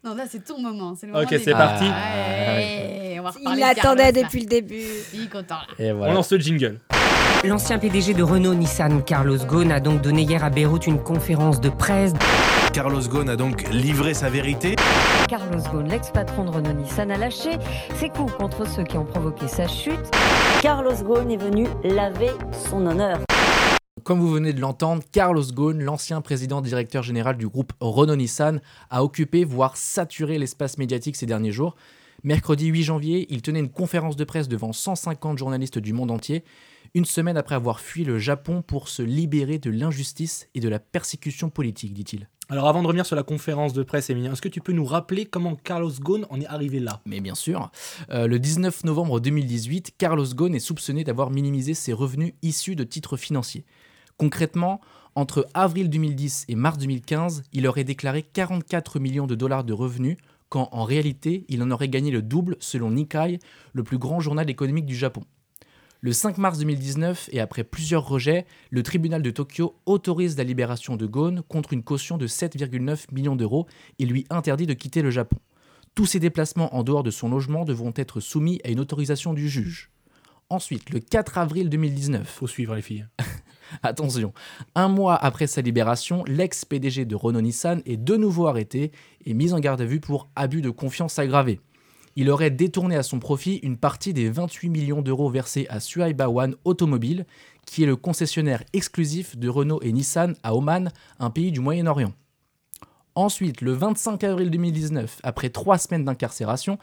Non, là, c'est ton moment. C'est le moment Ok, des- c'est parti. Ah, Ouais, on va Il reparler de l'attendait Carlos, là. depuis le début. Il est content là. Et On voilà. lance le jingle. L'ancien PDG de Renault Nissan, Carlos Ghosn, a donc donné hier à Beyrouth une conférence de presse. Carlos Ghosn a donc livré sa vérité. Carlos Ghosn, l'ex-patron de Renault Nissan, a lâché ses coups contre ceux qui ont provoqué sa chute. Carlos Ghosn est venu laver son honneur. Comme vous venez de l'entendre, Carlos Ghosn, l'ancien président directeur général du groupe Renault-Nissan, a occupé, voire saturé l'espace médiatique ces derniers jours. Mercredi 8 janvier, il tenait une conférence de presse devant 150 journalistes du monde entier, une semaine après avoir fui le Japon pour se libérer de l'injustice et de la persécution politique, dit-il. Alors avant de revenir sur la conférence de presse, Emilien, est-ce que tu peux nous rappeler comment Carlos Ghosn en est arrivé là Mais bien sûr, euh, le 19 novembre 2018, Carlos Ghosn est soupçonné d'avoir minimisé ses revenus issus de titres financiers. Concrètement, entre avril 2010 et mars 2015, il aurait déclaré 44 millions de dollars de revenus, quand en réalité, il en aurait gagné le double selon Nikkei, le plus grand journal économique du Japon. Le 5 mars 2019, et après plusieurs rejets, le tribunal de Tokyo autorise la libération de Ghosn contre une caution de 7,9 millions d'euros et lui interdit de quitter le Japon. Tous ses déplacements en dehors de son logement devront être soumis à une autorisation du juge. Ensuite, le 4 avril 2019, Faut suivre les filles. Attention, un mois après sa libération, l'ex-PDG de Renault-Nissan est de nouveau arrêté et mis en garde à vue pour abus de confiance aggravé. Il aurait détourné à son profit une partie des 28 millions d'euros versés à Suai Bawan Automobile, qui est le concessionnaire exclusif de Renault et Nissan à Oman, un pays du Moyen-Orient. Ensuite, le 25 avril 2019, après trois semaines d'incarcération,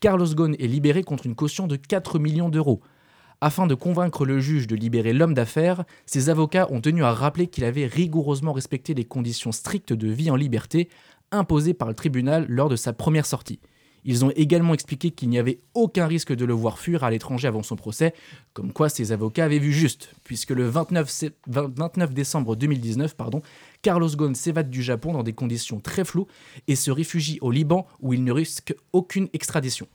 Carlos Ghosn est libéré contre une caution de 4 millions d'euros. Afin de convaincre le juge de libérer l'homme d'affaires, ses avocats ont tenu à rappeler qu'il avait rigoureusement respecté les conditions strictes de vie en liberté imposées par le tribunal lors de sa première sortie. Ils ont également expliqué qu'il n'y avait aucun risque de le voir fuir à l'étranger avant son procès, comme quoi ses avocats avaient vu juste, puisque le 29, sé- 20 29 décembre 2019, pardon, Carlos Ghosn s'évade du Japon dans des conditions très floues et se réfugie au Liban où il ne risque aucune extradition.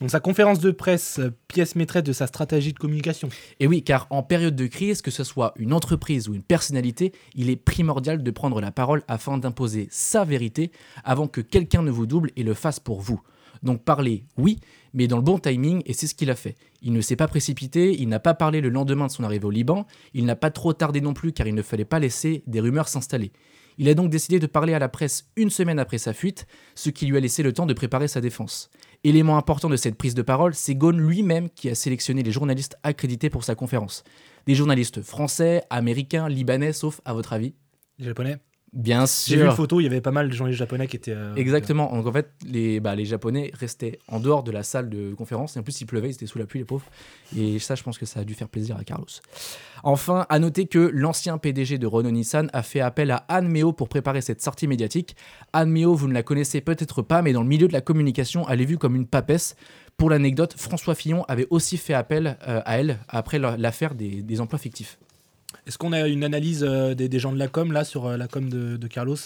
Donc sa conférence de presse, euh, pièce maîtresse de sa stratégie de communication. Et oui, car en période de crise, que ce soit une entreprise ou une personnalité, il est primordial de prendre la parole afin d'imposer sa vérité avant que quelqu'un ne vous double et le fasse pour vous. Donc parler, oui, mais dans le bon timing, et c'est ce qu'il a fait. Il ne s'est pas précipité, il n'a pas parlé le lendemain de son arrivée au Liban, il n'a pas trop tardé non plus car il ne fallait pas laisser des rumeurs s'installer. Il a donc décidé de parler à la presse une semaine après sa fuite, ce qui lui a laissé le temps de préparer sa défense. Élément important de cette prise de parole, c'est Ghosn lui-même qui a sélectionné les journalistes accrédités pour sa conférence. Des journalistes français, américains, libanais, sauf à votre avis Les Japonais Bien J'ai vu une sûr. photo, il y avait pas mal de journalistes japonais qui étaient. euh, Exactement. Donc en fait, les, bah, les Japonais restaient en dehors de la salle de conférence. Et en plus, il pleuvait, ils étaient sous la pluie, les pauvres. Et ça, je pense que ça a dû faire plaisir à Carlos. Enfin, à noter que l'ancien PDG de Renault Nissan a fait appel à Anne Meo pour préparer cette sortie médiatique. Anne Meo, vous ne la connaissez peut-être pas, mais dans le milieu de la communication, elle est vue comme une papesse. Pour l'anecdote, François Fillon avait aussi fait appel euh, à elle après la- l'affaire des- des emplois fictifs. Est-ce qu'on a une analyse euh, des, des gens de la com là sur euh, la com de, de Carlos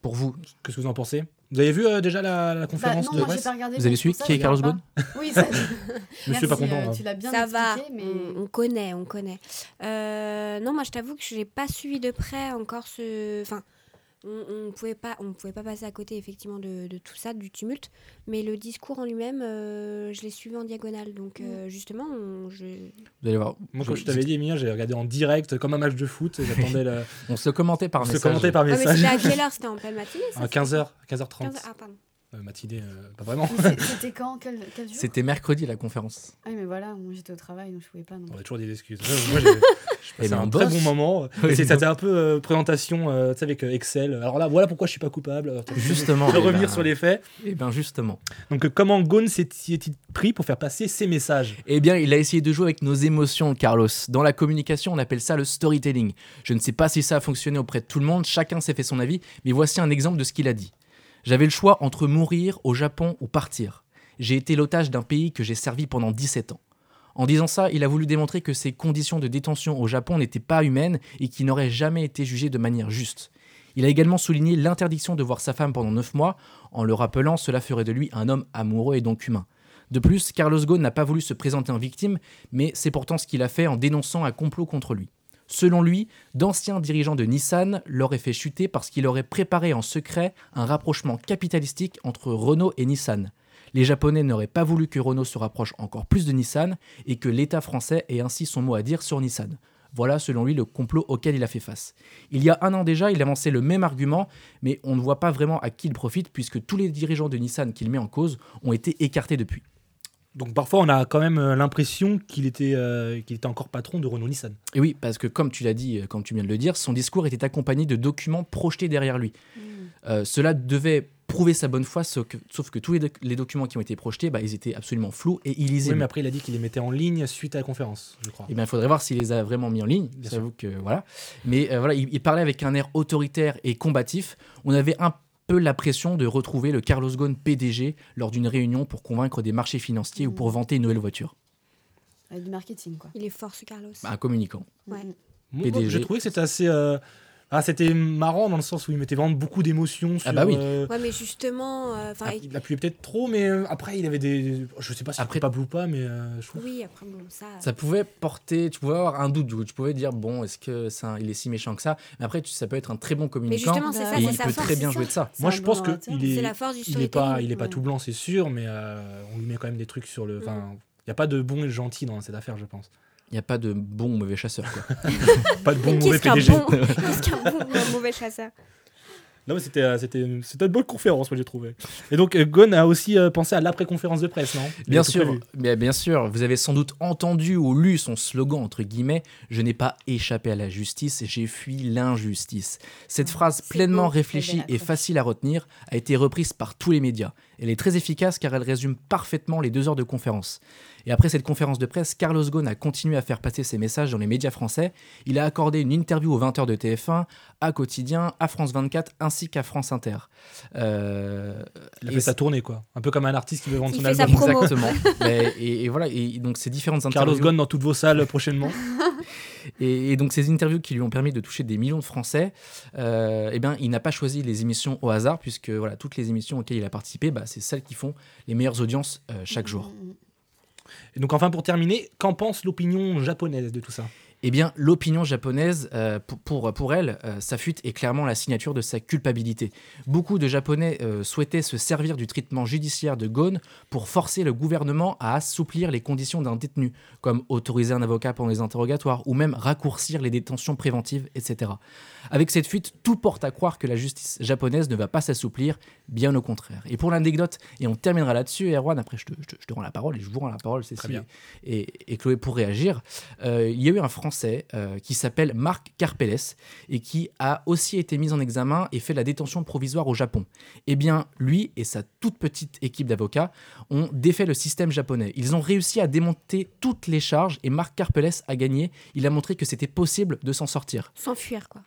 Pour vous, qu'est-ce que vous en pensez Vous avez vu euh, déjà la, la Bah, conférence non, de moi, j'ai presse pas regardé. Vous avez donc suivi pour qui ça, est je Carlos regarde pas. Oui, ça. Monsieur pas Merci, content, euh, hein. Tu l'as bien Ça va, Mm. expliqué, mais. on, on connaît, on connaît. Euh, non, moi je t'avoue que je n'ai pas suivi de près encore ce... Enfin, on ne pouvait, pas- on pouvait pas passer à côté effectivement de, de tout ça, du tumulte, mais le discours en lui-même, euh, je l'ai suivi en diagonale, donc Mm. euh, justement, on- je... Vous allez voir. Moi, comme je t'avais dit, Emilien, j'ai regardé en direct comme un match de foot. et J'attendais le. On se commentait par se message. commenter par Ah, mais message. c'était à quelle heure C'était en pleine matinée ça À 15h, 15h30. 15 Ah pardon. Euh, matinée, euh, pas vraiment. Mais c'est- C'était quand Quel, quel jour C'était mercredi la conférence. Ah, mais voilà, moi, j'étais au travail, donc je pouvais pas. non On plus. a toujours des excuses. Moi, j'ai- j'ai Eh passé ben, un on très bosse. bon moment. Oui, C'est- donc- C'était un peu euh, présentation euh, tu sais, avec euh, Excel. Alors là, voilà pourquoi je suis pas coupable. Alors, attends, Justement. Je vais eh revenir ben- sur les faits. Eh bien justement. Donc, euh, comment Ghosn s'est-il pris pour faire passer ses messages Eh bien, il a essayé de jouer avec nos émotions, Carlos. Dans la communication, on appelle ça le storytelling. Je ne sais pas si ça a fonctionné auprès de tout le monde, chacun s'est fait son avis, mais voici un exemple de ce qu'il a dit. J'avais le choix entre mourir au Japon ou partir. J'ai été l'otage d'un pays que j'ai servi pendant 17 ans. En disant ça, il a voulu démontrer que ces conditions de détention au Japon n'étaient pas humaines et qu'il n'aurait jamais été jugé de manière juste. Il a également souligné l'interdiction de voir sa femme pendant 9 mois. En le rappelant, cela ferait de lui un homme amoureux et donc humain. De plus, Carlos Ghosn n'a pas voulu se présenter en victime, mais c'est pourtant ce qu'il a fait en dénonçant un complot contre lui. Selon lui, d'anciens dirigeants de Nissan l'auraient fait chuter parce qu'il aurait préparé en secret un rapprochement capitalistique entre Renault et Nissan. Les Japonais n'auraient pas voulu que Renault se rapproche encore plus de Nissan et que l'État français ait ainsi son mot à dire sur Nissan. Voilà, selon lui, le complot auquel il a fait face. Il y a un an déjà, il avançait le même argument, mais on ne voit pas vraiment à qui il profite puisque tous les dirigeants de Nissan qu'il met en cause ont été écartés depuis. Donc, parfois, on a quand même euh, l'impression qu'il était, euh, qu'il était encore patron de Renault Nissan. Et oui, parce que comme tu l'as dit, euh, comme tu viens de le dire, son discours était accompagné de documents projetés derrière lui. Euh, cela devait prouver sa bonne foi, sauf que, sauf que tous les, doc- les documents qui ont été projetés, bah, ils étaient absolument flous et Oui, illisibles. mais après, il a dit qu'il les mettait en ligne suite à la conférence, je crois. Eh bien, il faudrait voir s'il les a vraiment mis en ligne. Bien J'avoue que voilà. Mais euh, voilà, il, il parlait avec un air autoritaire et combatif. On avait un peu l'impression de retrouver le Carlos Ghosn PDG lors d'une réunion pour convaincre des marchés financiers ou pour vanter une nouvelle voiture. Bah, Avec du marketing, quoi. Il est fort ce Carlos. Bah. Un communicant. Ouais. Mm. Moi, PDG. J'ai trouvé que c'était assez. euh, Ah, c'était marrant dans le sens où il mettait vraiment beaucoup d'émotions sur. Ah bah oui. euh, Ouais, mais justement, euh, enfin, Ah, Il appuyait peut-être trop, mais euh, après, il avait des. Je sais pas si Après- après pas ou pas, mais euh, je trouve. oui, après bon, ça. Ça pouvait porter, tu pouvais avoir un doute, du coup. tu pouvais dire bon, est-ce que ça, il est si méchant que ça Mais après, tu- ça peut être un très bon mais communicant justement, c'est ça, et c'est il sa peut force, très bien c'est jouer ça. de ça. Moi, un je bon pense que orateur. il est, C'est la force du il est pas, storytelling, il est pas ouais. Mm. tout blanc, c'est sûr, mais euh, on lui met quand même des trucs sur le. Enfin, il y a pas de bon et de gentil dans cette affaire, je pense. Il n'y a pas de bon ou mauvais chasseur. Quoi. Pas de bon Mais mauvais qu'est-ce qu'un PDG. bon, qu'est-ce qu'un bon ou un mauvais chasseur Non, mais c'était, euh, c'était, c'était une bonne conférence, moi j'ai trouvé. Et donc, euh, Gon a aussi euh, pensé à l'après-conférence de presse, non Il Bien a tout sûr, prévu. bien, bien sûr, vous avez sans doute entendu ou lu son slogan entre guillemets Je n'ai pas échappé à la justice, j'ai fui l'injustice. Cette phrase pleinement beau, réfléchie belle et accroche. facile à retenir a été reprise par tous les médias. Elle est très efficace car elle résume parfaitement les deux heures de conférence. Et après cette conférence de presse, Carlos Ghosn a continué à faire passer ses messages dans les médias français. Il a accordé une interview aux 20h de TF1, à Quotidien, à France 24 ainsi qu'à France Inter. Euh, Il a et fait sa tournée, quoi. Un peu comme un artiste qui veut vendre Il son fait sa album. promo. Exactement. Mais- et, et voilà, et donc ces différentes Carlos interviews. Ghosn dans toutes vos salles euh, prochainement. Et, et donc ces interviews qui lui ont permis de toucher des millions de Français, euh, eh bien, il n'a pas choisi les émissions au hasard, puisque voilà, toutes les émissions auxquelles il a participé, bah, c'est celles qui font les meilleures audiences euh, chaque Mm, jour. Et donc, enfin, pour terminer, qu'en pense l'opinion japonaise de tout ça Eh bien, l'opinion japonaise, euh, pour, pour, pour elle, euh, sa fuite est clairement la signature de sa culpabilité. Beaucoup de Japonais euh, souhaitaient se servir du traitement judiciaire de Ghosn pour forcer le gouvernement à assouplir les conditions d'un détenu, comme autoriser un avocat pendant les interrogatoires ou même raccourcir les détentions préventives, etc. Avec cette fuite, tout porte à croire que la justice japonaise ne va pas s'assouplir, bien au contraire. Et pour l'anecdote, et on terminera là-dessus, Erwan, après je te, je te- je te rends la parole et je vous rends la parole, Cécile bien. et, et Chloé, pour réagir, euh, il y a eu un Français euh, qui s'appelle Marc Carpeles et qui a aussi été mis en examen et fait de la détention provisoire au Japon. Eh bien, lui et sa toute petite équipe d'avocats ont défait le système japonais. Ils ont réussi à démonter toutes les charges et Marc Carpeles a gagné. Il a montré que c'était possible de s'en sortir S'enfuir, quoi.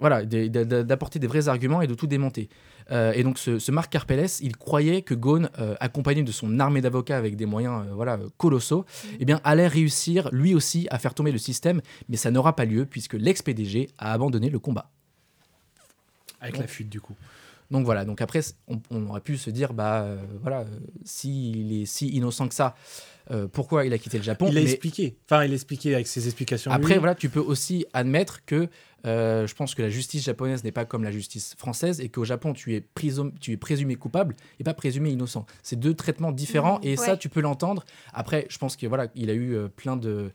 voilà, de- de- de- d'apporter des vrais arguments et de tout démonter. Euh, et donc ce, ce Marc Carpelles, il croyait que Ghosn, euh, accompagné de son armée d'avocats avec des moyens euh, voilà, euh, colossaux, eh bien, allait réussir lui aussi à faire tomber le système, mais ça n'aura pas lieu puisque l'ex-PDG a abandonné le combat. Avec la fuite, du coup. Donc voilà, donc après, c- on, on aurait pu se dire, bah euh, voilà, euh, s'il est si innocent que ça, euh, pourquoi il a quitté le Japon il l'a mais- expliqué. Enfin, il l'a expliqué avec ses explications. à Après, lui. voilà, tu peux aussi admettre que euh, je pense que la justice japonaise n'est pas comme la justice française et qu'au Japon, tu es, prisom- tu es présumé coupable et pas présumé innocent. C'est deux traitements différents Mmh, et ça, ouais. tu peux l'entendre. Après, je pense que voilà, il a eu euh, plein de,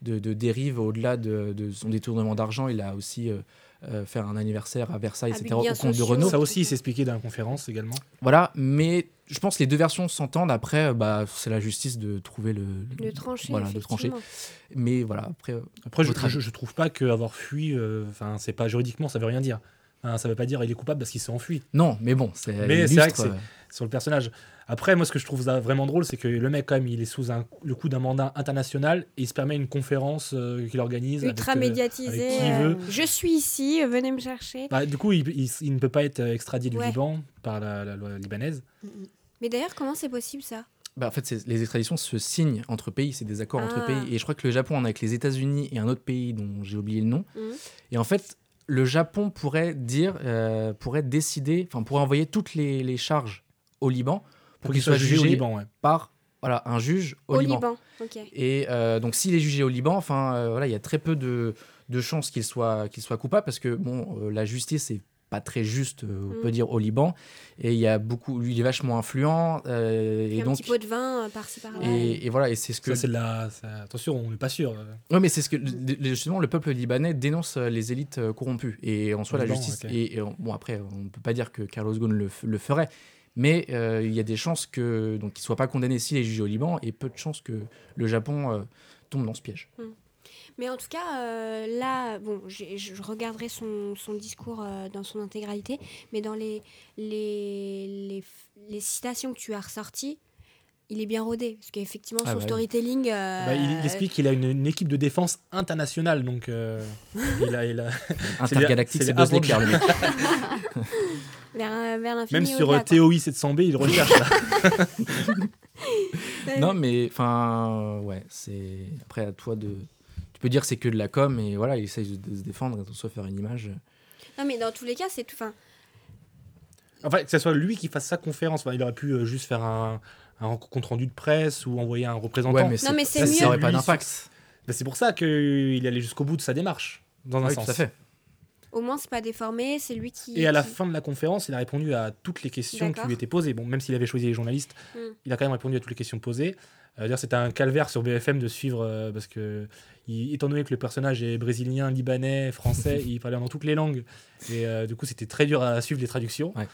de, de dérives au-delà de, de son détournement d'argent. Il a aussi euh, euh, fait un anniversaire à Versailles, Avec etc., liens au compte de sociaux. Renault. Ça aussi, il s'est expliqué dans la conférence également. Voilà, mais je pense que les deux versions s'entendent. Après, euh, bah, c'est la justice de trouver le, Le trancher, Voilà, de trancher. effectivement. Mais voilà, après. euh, Après, je, votre avis. je, je trouve pas qu'avoir fui, euh, enfin, c'est pas juridiquement, ça veut rien dire. Hein, ça veut pas dire il est coupable parce qu'il s'est enfui Non, mais bon, c'est. elle Mais c'est vrai illustre, que c'est- euh, sur le personnage. Après, moi, ce que je trouve ça vraiment drôle, c'est que le mec, quand même, il est sous un- le coup d'un mandat international et il se permet une conférence euh, qu'il organise. avec, Ultra euh, médiatisé. avec qui il euh, veut. Je suis ici, euh, venez me chercher. bah, du coup, il, il- il ne peut pas être extradé du Ouais. Liban par la, la loi libanaise. Mais d'ailleurs, comment c'est possible ça Bah, en fait, c'est- les extraditions se signent entre pays, c'est des accords entre Ah. pays. Et je crois que le Japon en a avec les États-Unis et un autre pays dont j'ai oublié le nom. Mhm. Et en fait, le Japon pourrait dire, euh, pourrait décider, enfin, pourrait envoyer toutes les, les charges au Liban pour qu'il soit jugé au Liban, ouais. par voilà, un juge au, Liban. Ok. Et euh, donc, s'il est jugé au Liban, enfin, euh, voilà, il y a très peu de, de chances qu'il soit, qu'il soit coupable parce que bon, euh, la justice est pas très juste, euh, on peut Mhm. dire, au Liban. Et il y a beaucoup, lui, il est vachement influent. euh, Puis et un donc, petit pot de vin euh, par-ci par-là. et, et voilà, et c'est ce que. Ça, c'est de la. ça- Attention, on n'est pas sûr. euh. Ouais, mais c'est ce que le- le- justement le peuple libanais dénonce euh, les élites euh, corrompues et en soi la Liban, justice. ok. Et, et on- bon après, on ne peut pas dire que Carlos Ghosn le, f- le ferait, mais euh, il y a des chances que donc qu'il soit pas condamné s'il est jugé au Liban et peu de chances que le Japon euh, tombe dans ce piège. Mais en tout cas, euh, là, bon, j'ai- je je regarderai son, son discours euh, dans son intégralité, mais dans les, les, les, f- les citations que tu as ressorties, il est bien rodé. Parce qu'effectivement, Ah son bah oui. storytelling. euh, Bah, il, il explique qu'il a une, une équipe de défense internationale, donc euh, il a- il a- Intergalactique, c'est c'est les Buzz Lightyear, le mec. vers, vers l'infini. même et sur au-delà, euh, TOI 700B, il recherche. là. quoi. Non, mais enfin, euh, ouais, c'est après à toi de. Tu peux dire que c'est que de la com et voilà, il essaye de, de se défendre, et soit faire une image. Non, mais dans tous les cas, c'est tout. Enfin, Enfin, que ce soit lui qui fasse sa conférence. Enfin, il aurait pu euh, juste faire un, un compte-rendu de presse ou envoyer un représentant. Ouais, mais c'est- mais c'est ça, mieux. ça aurait pas Lui, d'impact. Bah, c'est pour ça qu'il allait jusqu'au bout de sa démarche, dans un Oui, sens. tout à fait. au moins, c'est pas déformé, c'est lui qui. Et à la qui- fin de la conférence, il a répondu à toutes les questions qui D'accord. lui étaient posées. Bon, même s'il avait choisi les journalistes, Mm. il a quand même répondu à toutes les questions posées. Euh, d'ailleurs, C'était un calvaire sur BFM de suivre, euh, parce que, il- étant donné que le personnage est brésilien, libanais, français, il parlait dans toutes les langues. Et euh, du coup, c'était très dur à suivre les traductions. Ouais.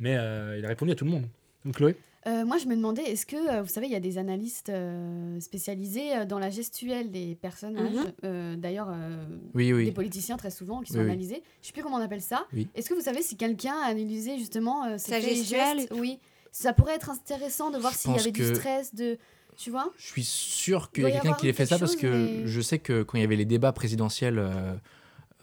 Mais euh, il a répondu à tout le monde. Donc, Chloé Euh, moi, je me demandais, est-ce que, euh, vous savez, il y a des analystes euh, spécialisés euh, dans la gestuelle des personnages, Mhm. euh, d'ailleurs euh, Oui, oui. des politiciens très souvent qui sont Oui, oui. analysés. Je sais plus comment on appelle ça. Oui. Est-ce que vous savez si quelqu'un a analysé justement euh, ses Sa faits et gestuelle gestes Oui. Ça pourrait être intéressant de voir Je s'il y pense avait que- du stress, de, tu vois Je suis sûr qu'il y doit a y quelqu'un avoir qui l'ait fait ça quelque parce chose, que mais- je sais que quand il y avait les débats présidentiels euh,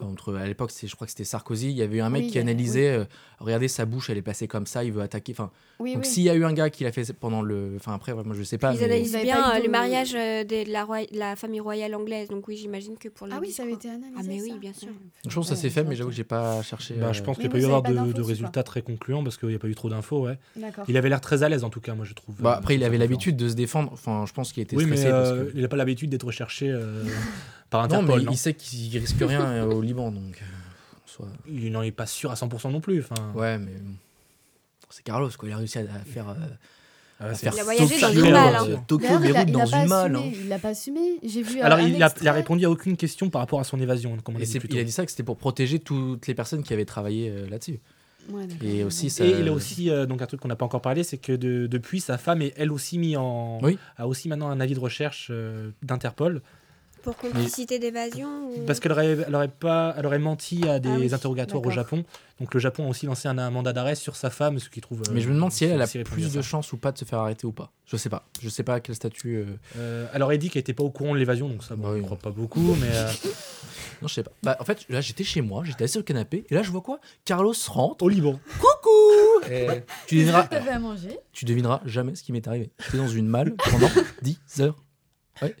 entre à l'époque c'est- je crois que c'était Sarkozy, il y avait eu un mec Oui, il qui y avait- analysait euh, regardez sa bouche elle est placée comme ça, il veut attaquer enfin Oui, donc oui. s'il y a eu un gars qui l'a fait pendant le enfin après moi je sais pas Ils mais- analysent Vous avez bien pas eu euh, de- le mariage euh, des- de, la, roi- de la famille royale anglaise, donc oui, j'imagine que pour le. Ah oui, disque, ça avait quoi. été analysé. Ah, mais ça. oui, bien sûr. Ouais. je pense que ça s'est fait mais j'avoue que j'ai pas cherché Bah, euh, Je pense Oui, qu'il n'y a vous pas eu avez avoir pas de, d'infos de dessus, résultats très concluants parce qu'il n'y a pas eu trop d'infos. Ouais. D'accord. Il avait l'air très à l'aise en tout cas, moi je trouve. bah, euh, après il sur avait sa l'habitude de se défendre enfin je pense qu'il était Oui, mais stressé parce euh, que- il n'a pas l'habitude d'être recherché euh, par non mais Interpol. il- Non, il sait qu'il risque rien euh, au Liban donc euh, en soi. il n'en est pas sûr à 100% non plus. Enfin, ouais mais bon. c'est Carlos quoi il a réussi à à faire euh, euh, à c'est- faire Il a voyagé dans Tokyo- une malle, hein. euh, Tokyo D'ailleurs, il a- Beyrouth il dans a pas une malle hein. assumé, Il l'a pas assumé. J'ai vu. euh, Alors un il a, il a extrait. répondu à aucune question par rapport à son évasion, hein, comme on Et l'a dit c'est- plus tôt. il a dit ça que c'était pour protéger toutes les personnes qui avaient travaillé euh, là-dessus. Ouais, d'accord. Et aussi, ça... Et il a aussi, euh, donc un truc qu'on n'a pas encore parlé, c'est que de- depuis, sa femme est elle aussi mis en. Oui. a aussi maintenant un avis de recherche euh, d'Interpol. Pour complicité d'évasion ou- Parce qu'elle aurait, elle aurait, pas- elle aurait menti à des Ah oui, interrogatoires au d'accord. Japon. Donc le Japon a aussi lancé un, un mandat d'arrêt sur sa femme, ce qui trouve. euh, Mais je me demande si elle, elle a si répondu à plus ça. de chances ou pas de se faire arrêter ou pas. Je sais pas. Je sais pas quel statut. euh, Euh, elle aurait dit qu'elle n'était pas au courant de l'évasion, donc ça, bon, Bah oui. on ne croit pas beaucoup, mais. euh, Non, je sais pas. Bah, en fait, là, j'étais chez moi, j'étais assis au canapé, et là, je vois quoi Carlos rentre. au Liban. Coucou Et tu, devineras, T'avais à manger. tu devineras jamais ce qui m'est arrivé. J'étais dans une malle pendant 10 heures. Ouais.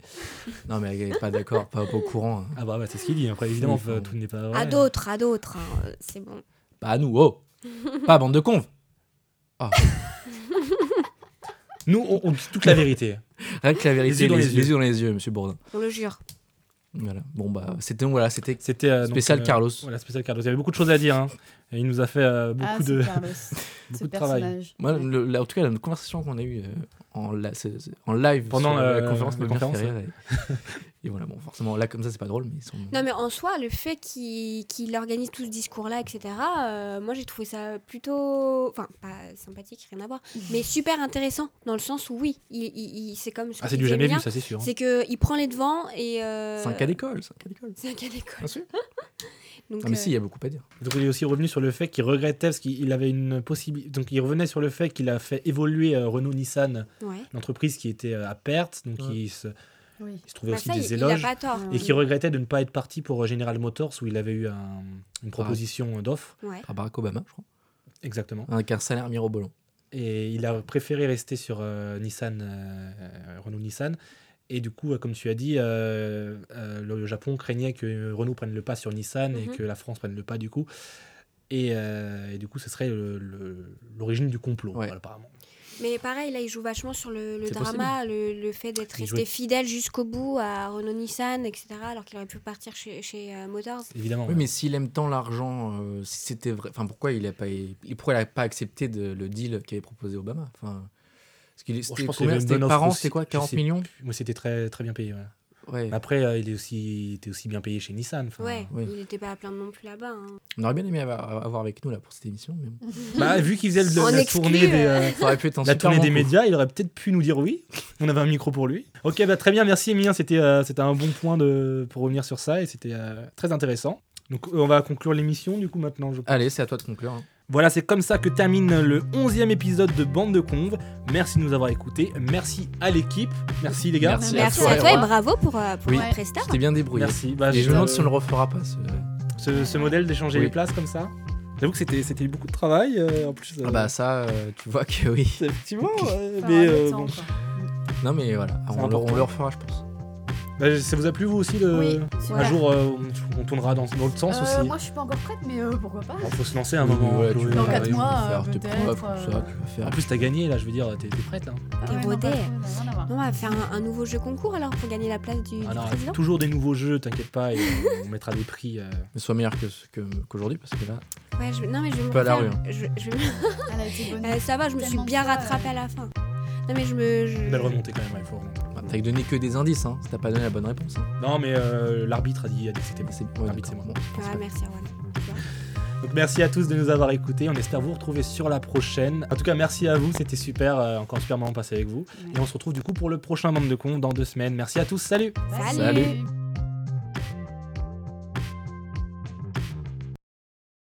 Non, mais elle est pas d'accord, pas, pas au courant. hein. Ah bah, ouais, c'est ce qu'il dit. Après, évidemment, Oui, enfin, tout n'est pas vrai. À d'autres, à d'autres, hein, euh, c'est bon. Pas à nous, oh Pas à bande de conves Nous, on, on dit toute la vérité. Rien que la vérité, yeux dans les, les les yeux. yeux dans les yeux, monsieur Bourdin. On le jure. Voilà. Bon, bah, c'était. Voilà, c'était C'était euh, donc, Spécial euh, Carlos. Voilà, spécial Carlos. Il y avait beaucoup de choses à dire. hein. Et il nous a fait euh, beaucoup Ah, c'est de, Carlos, ce beaucoup de travail. personnage. Moi, Ouais. le- la- en tout cas, la conversation qu'on a eue euh, en, la- ce- ce- en live Pendant sur la- la conférence la m'a bien fait conférence, rire, et, et voilà, bon, forcément, là, comme ça, c'est pas drôle, mais ils sont. Non, mais en soi, le fait qu'il qu'il organise tout ce discours-là, etc., euh, moi j'ai trouvé ça plutôt. Enfin, pas sympathique, rien à voir, mais super intéressant, dans le sens où oui, il, il- il- c'est comme. ce Ah, que c'est du disait jamais vu, Emilien, ça, c'est sûr. hein. C'est qu'il prend les devants et. euh, C'est un cas d'école, c'est un cas d'école. C'est un cas d'école. Ah, Bien sûr. Donc, Ah, mais euh, si, il y a beaucoup à dire. Donc, il est aussi revenu sur le fait qu'il regrettait parce qu'il il avait une possibilité. Donc, il revenait sur le fait qu'il a fait évoluer euh, Renault Nissan, ouais. l'entreprise qui était euh, à perte. Donc, Ouais. il, se, Oui. il se trouvait Bah, aussi ça, il- des il a éloges. pas tort. Et qui regrettait de ne pas être parti pour euh, General Motors où il avait eu un- Ah. une proposition d'offre. Ouais. Par Barack Obama, je crois. Exactement. Avec un salaire mirobolant. et il a préféré rester sur euh, Nissan, euh, euh, Renault Nissan. Et du coup, euh, comme tu as dit, euh, euh, le Japon craignait que euh, Renault prenne le pas sur Nissan et Mhm. que la France prenne le pas du coup. Et, euh, et du coup, ce serait le- le- l'origine du complot, Ouais. voilà, apparemment. Mais pareil, là, il joue vachement sur le, le C'est drama, le, le fait d'être Il resté jouait- fidèle jusqu'au bout à Renault Nissan, etc., alors qu'il aurait pu partir chez, chez euh, Motors. Évidemment. Oui, ouais. mais s'il aime tant l'argent, euh, si c'était vrai. Enfin, pourquoi il a pas, il- pourquoi il a pas accepté de- le deal qu'avait proposé Obama Enfin. Parce qu'il pense c'était qu'il y combien avait une C'était bonne par offre an, aussi, c'était quoi je 40 sais millions Moi, c'était très, très bien payé. ouais. Ouais. Après, euh, il, est aussi, il était aussi bien payé chez Nissan. enfin. Ouais, oui. il n'était pas à plaindre non plus là-bas. hein. On aurait bien aimé avoir, avoir avec nous là pour cette émission, mais bon. Bah, vu qu'il faisait le- On la exclut, tournée des, euh, euh, Ça aurait pu être un la super tournée des manco. médias, il aurait peut-être pu nous dire oui. On avait un micro pour lui. Ok, bah très bien, merci Emilien, c'était euh, c'était un bon point de, pour revenir sur ça et c'était euh, très intéressant. Donc euh, on va conclure l'émission du coup maintenant. je- Allez, c'est à toi de conclure. hein. Voilà, c'est comme ça que termine le 11e épisode de Bande de Conves. Merci de nous avoir écoutés, merci à l'équipe, merci les gars. Merci, Merci à toi. à toi et Erwan. bravo pour, euh, pour Oui. la presta. Tu t'es bien débrouillé. Merci. Bah, Et je me demande si on le euh, refera pas. ce- ce, ce modèle d'échanger Oui. les places comme ça. J'avoue que c'était c'était beaucoup de travail euh, en plus. euh, Ah bah ça, euh, tu vois que oui. Effectivement, euh, Enfin, mais un autre euh, temps, bon. quoi. Non mais voilà, C'est on le, important. on le refera, je pense. Bah, ça vous a plu vous aussi le... Oui, Un super. jour, euh, on- on tournera dans dans l'autre sens Euh, aussi. Moi, je suis pas encore prête, mais euh, pourquoi pas Il faut se lancer à un moment. Ouais, Chloé. tu Dans vas- quatre ils vont mois, faire euh, tes peut-être, preuves, tout ça, euh, tu vas faire. En plus, t'as gagné, là, je veux dire, t'es t'es prête, là. Ah ouais, non, rodé. pas trop, rien à voir. On va faire un, un nouveau jeu concours alors pour gagner la place du, du Ah non, président. toujours des nouveaux jeux, t'inquiète pas, et on mettra des prix. euh. Mais sois meilleur que ce- que- qu'aujourd'hui parce que là, Ouais, je, non, mais je vais me hein. Pas la refaire. Je- je vais me- Elle a été bonne. Euh, ça va, je me suis Tellement bien ça, rattrapée à la fin. Non, Non, mais je me. je- Belle remontée quand même, ouais, faut remonter. Bah, T'as donné que des indices, hein. T'as pas donné la bonne réponse. hein. Non, mais euh, l'arbitre a dit, a dit que c'était bon. L'arbitre, c'est moi. Ah, merci, Erwan. Donc merci à tous de nous avoir écoutés. On espère vous retrouver sur la prochaine. En tout cas, merci à vous. C'était super, euh, encore super moment passé avec vous. Et on se retrouve du coup pour le prochain membre de con dans deux semaines. Merci à tous. Salut. Salut. Salut.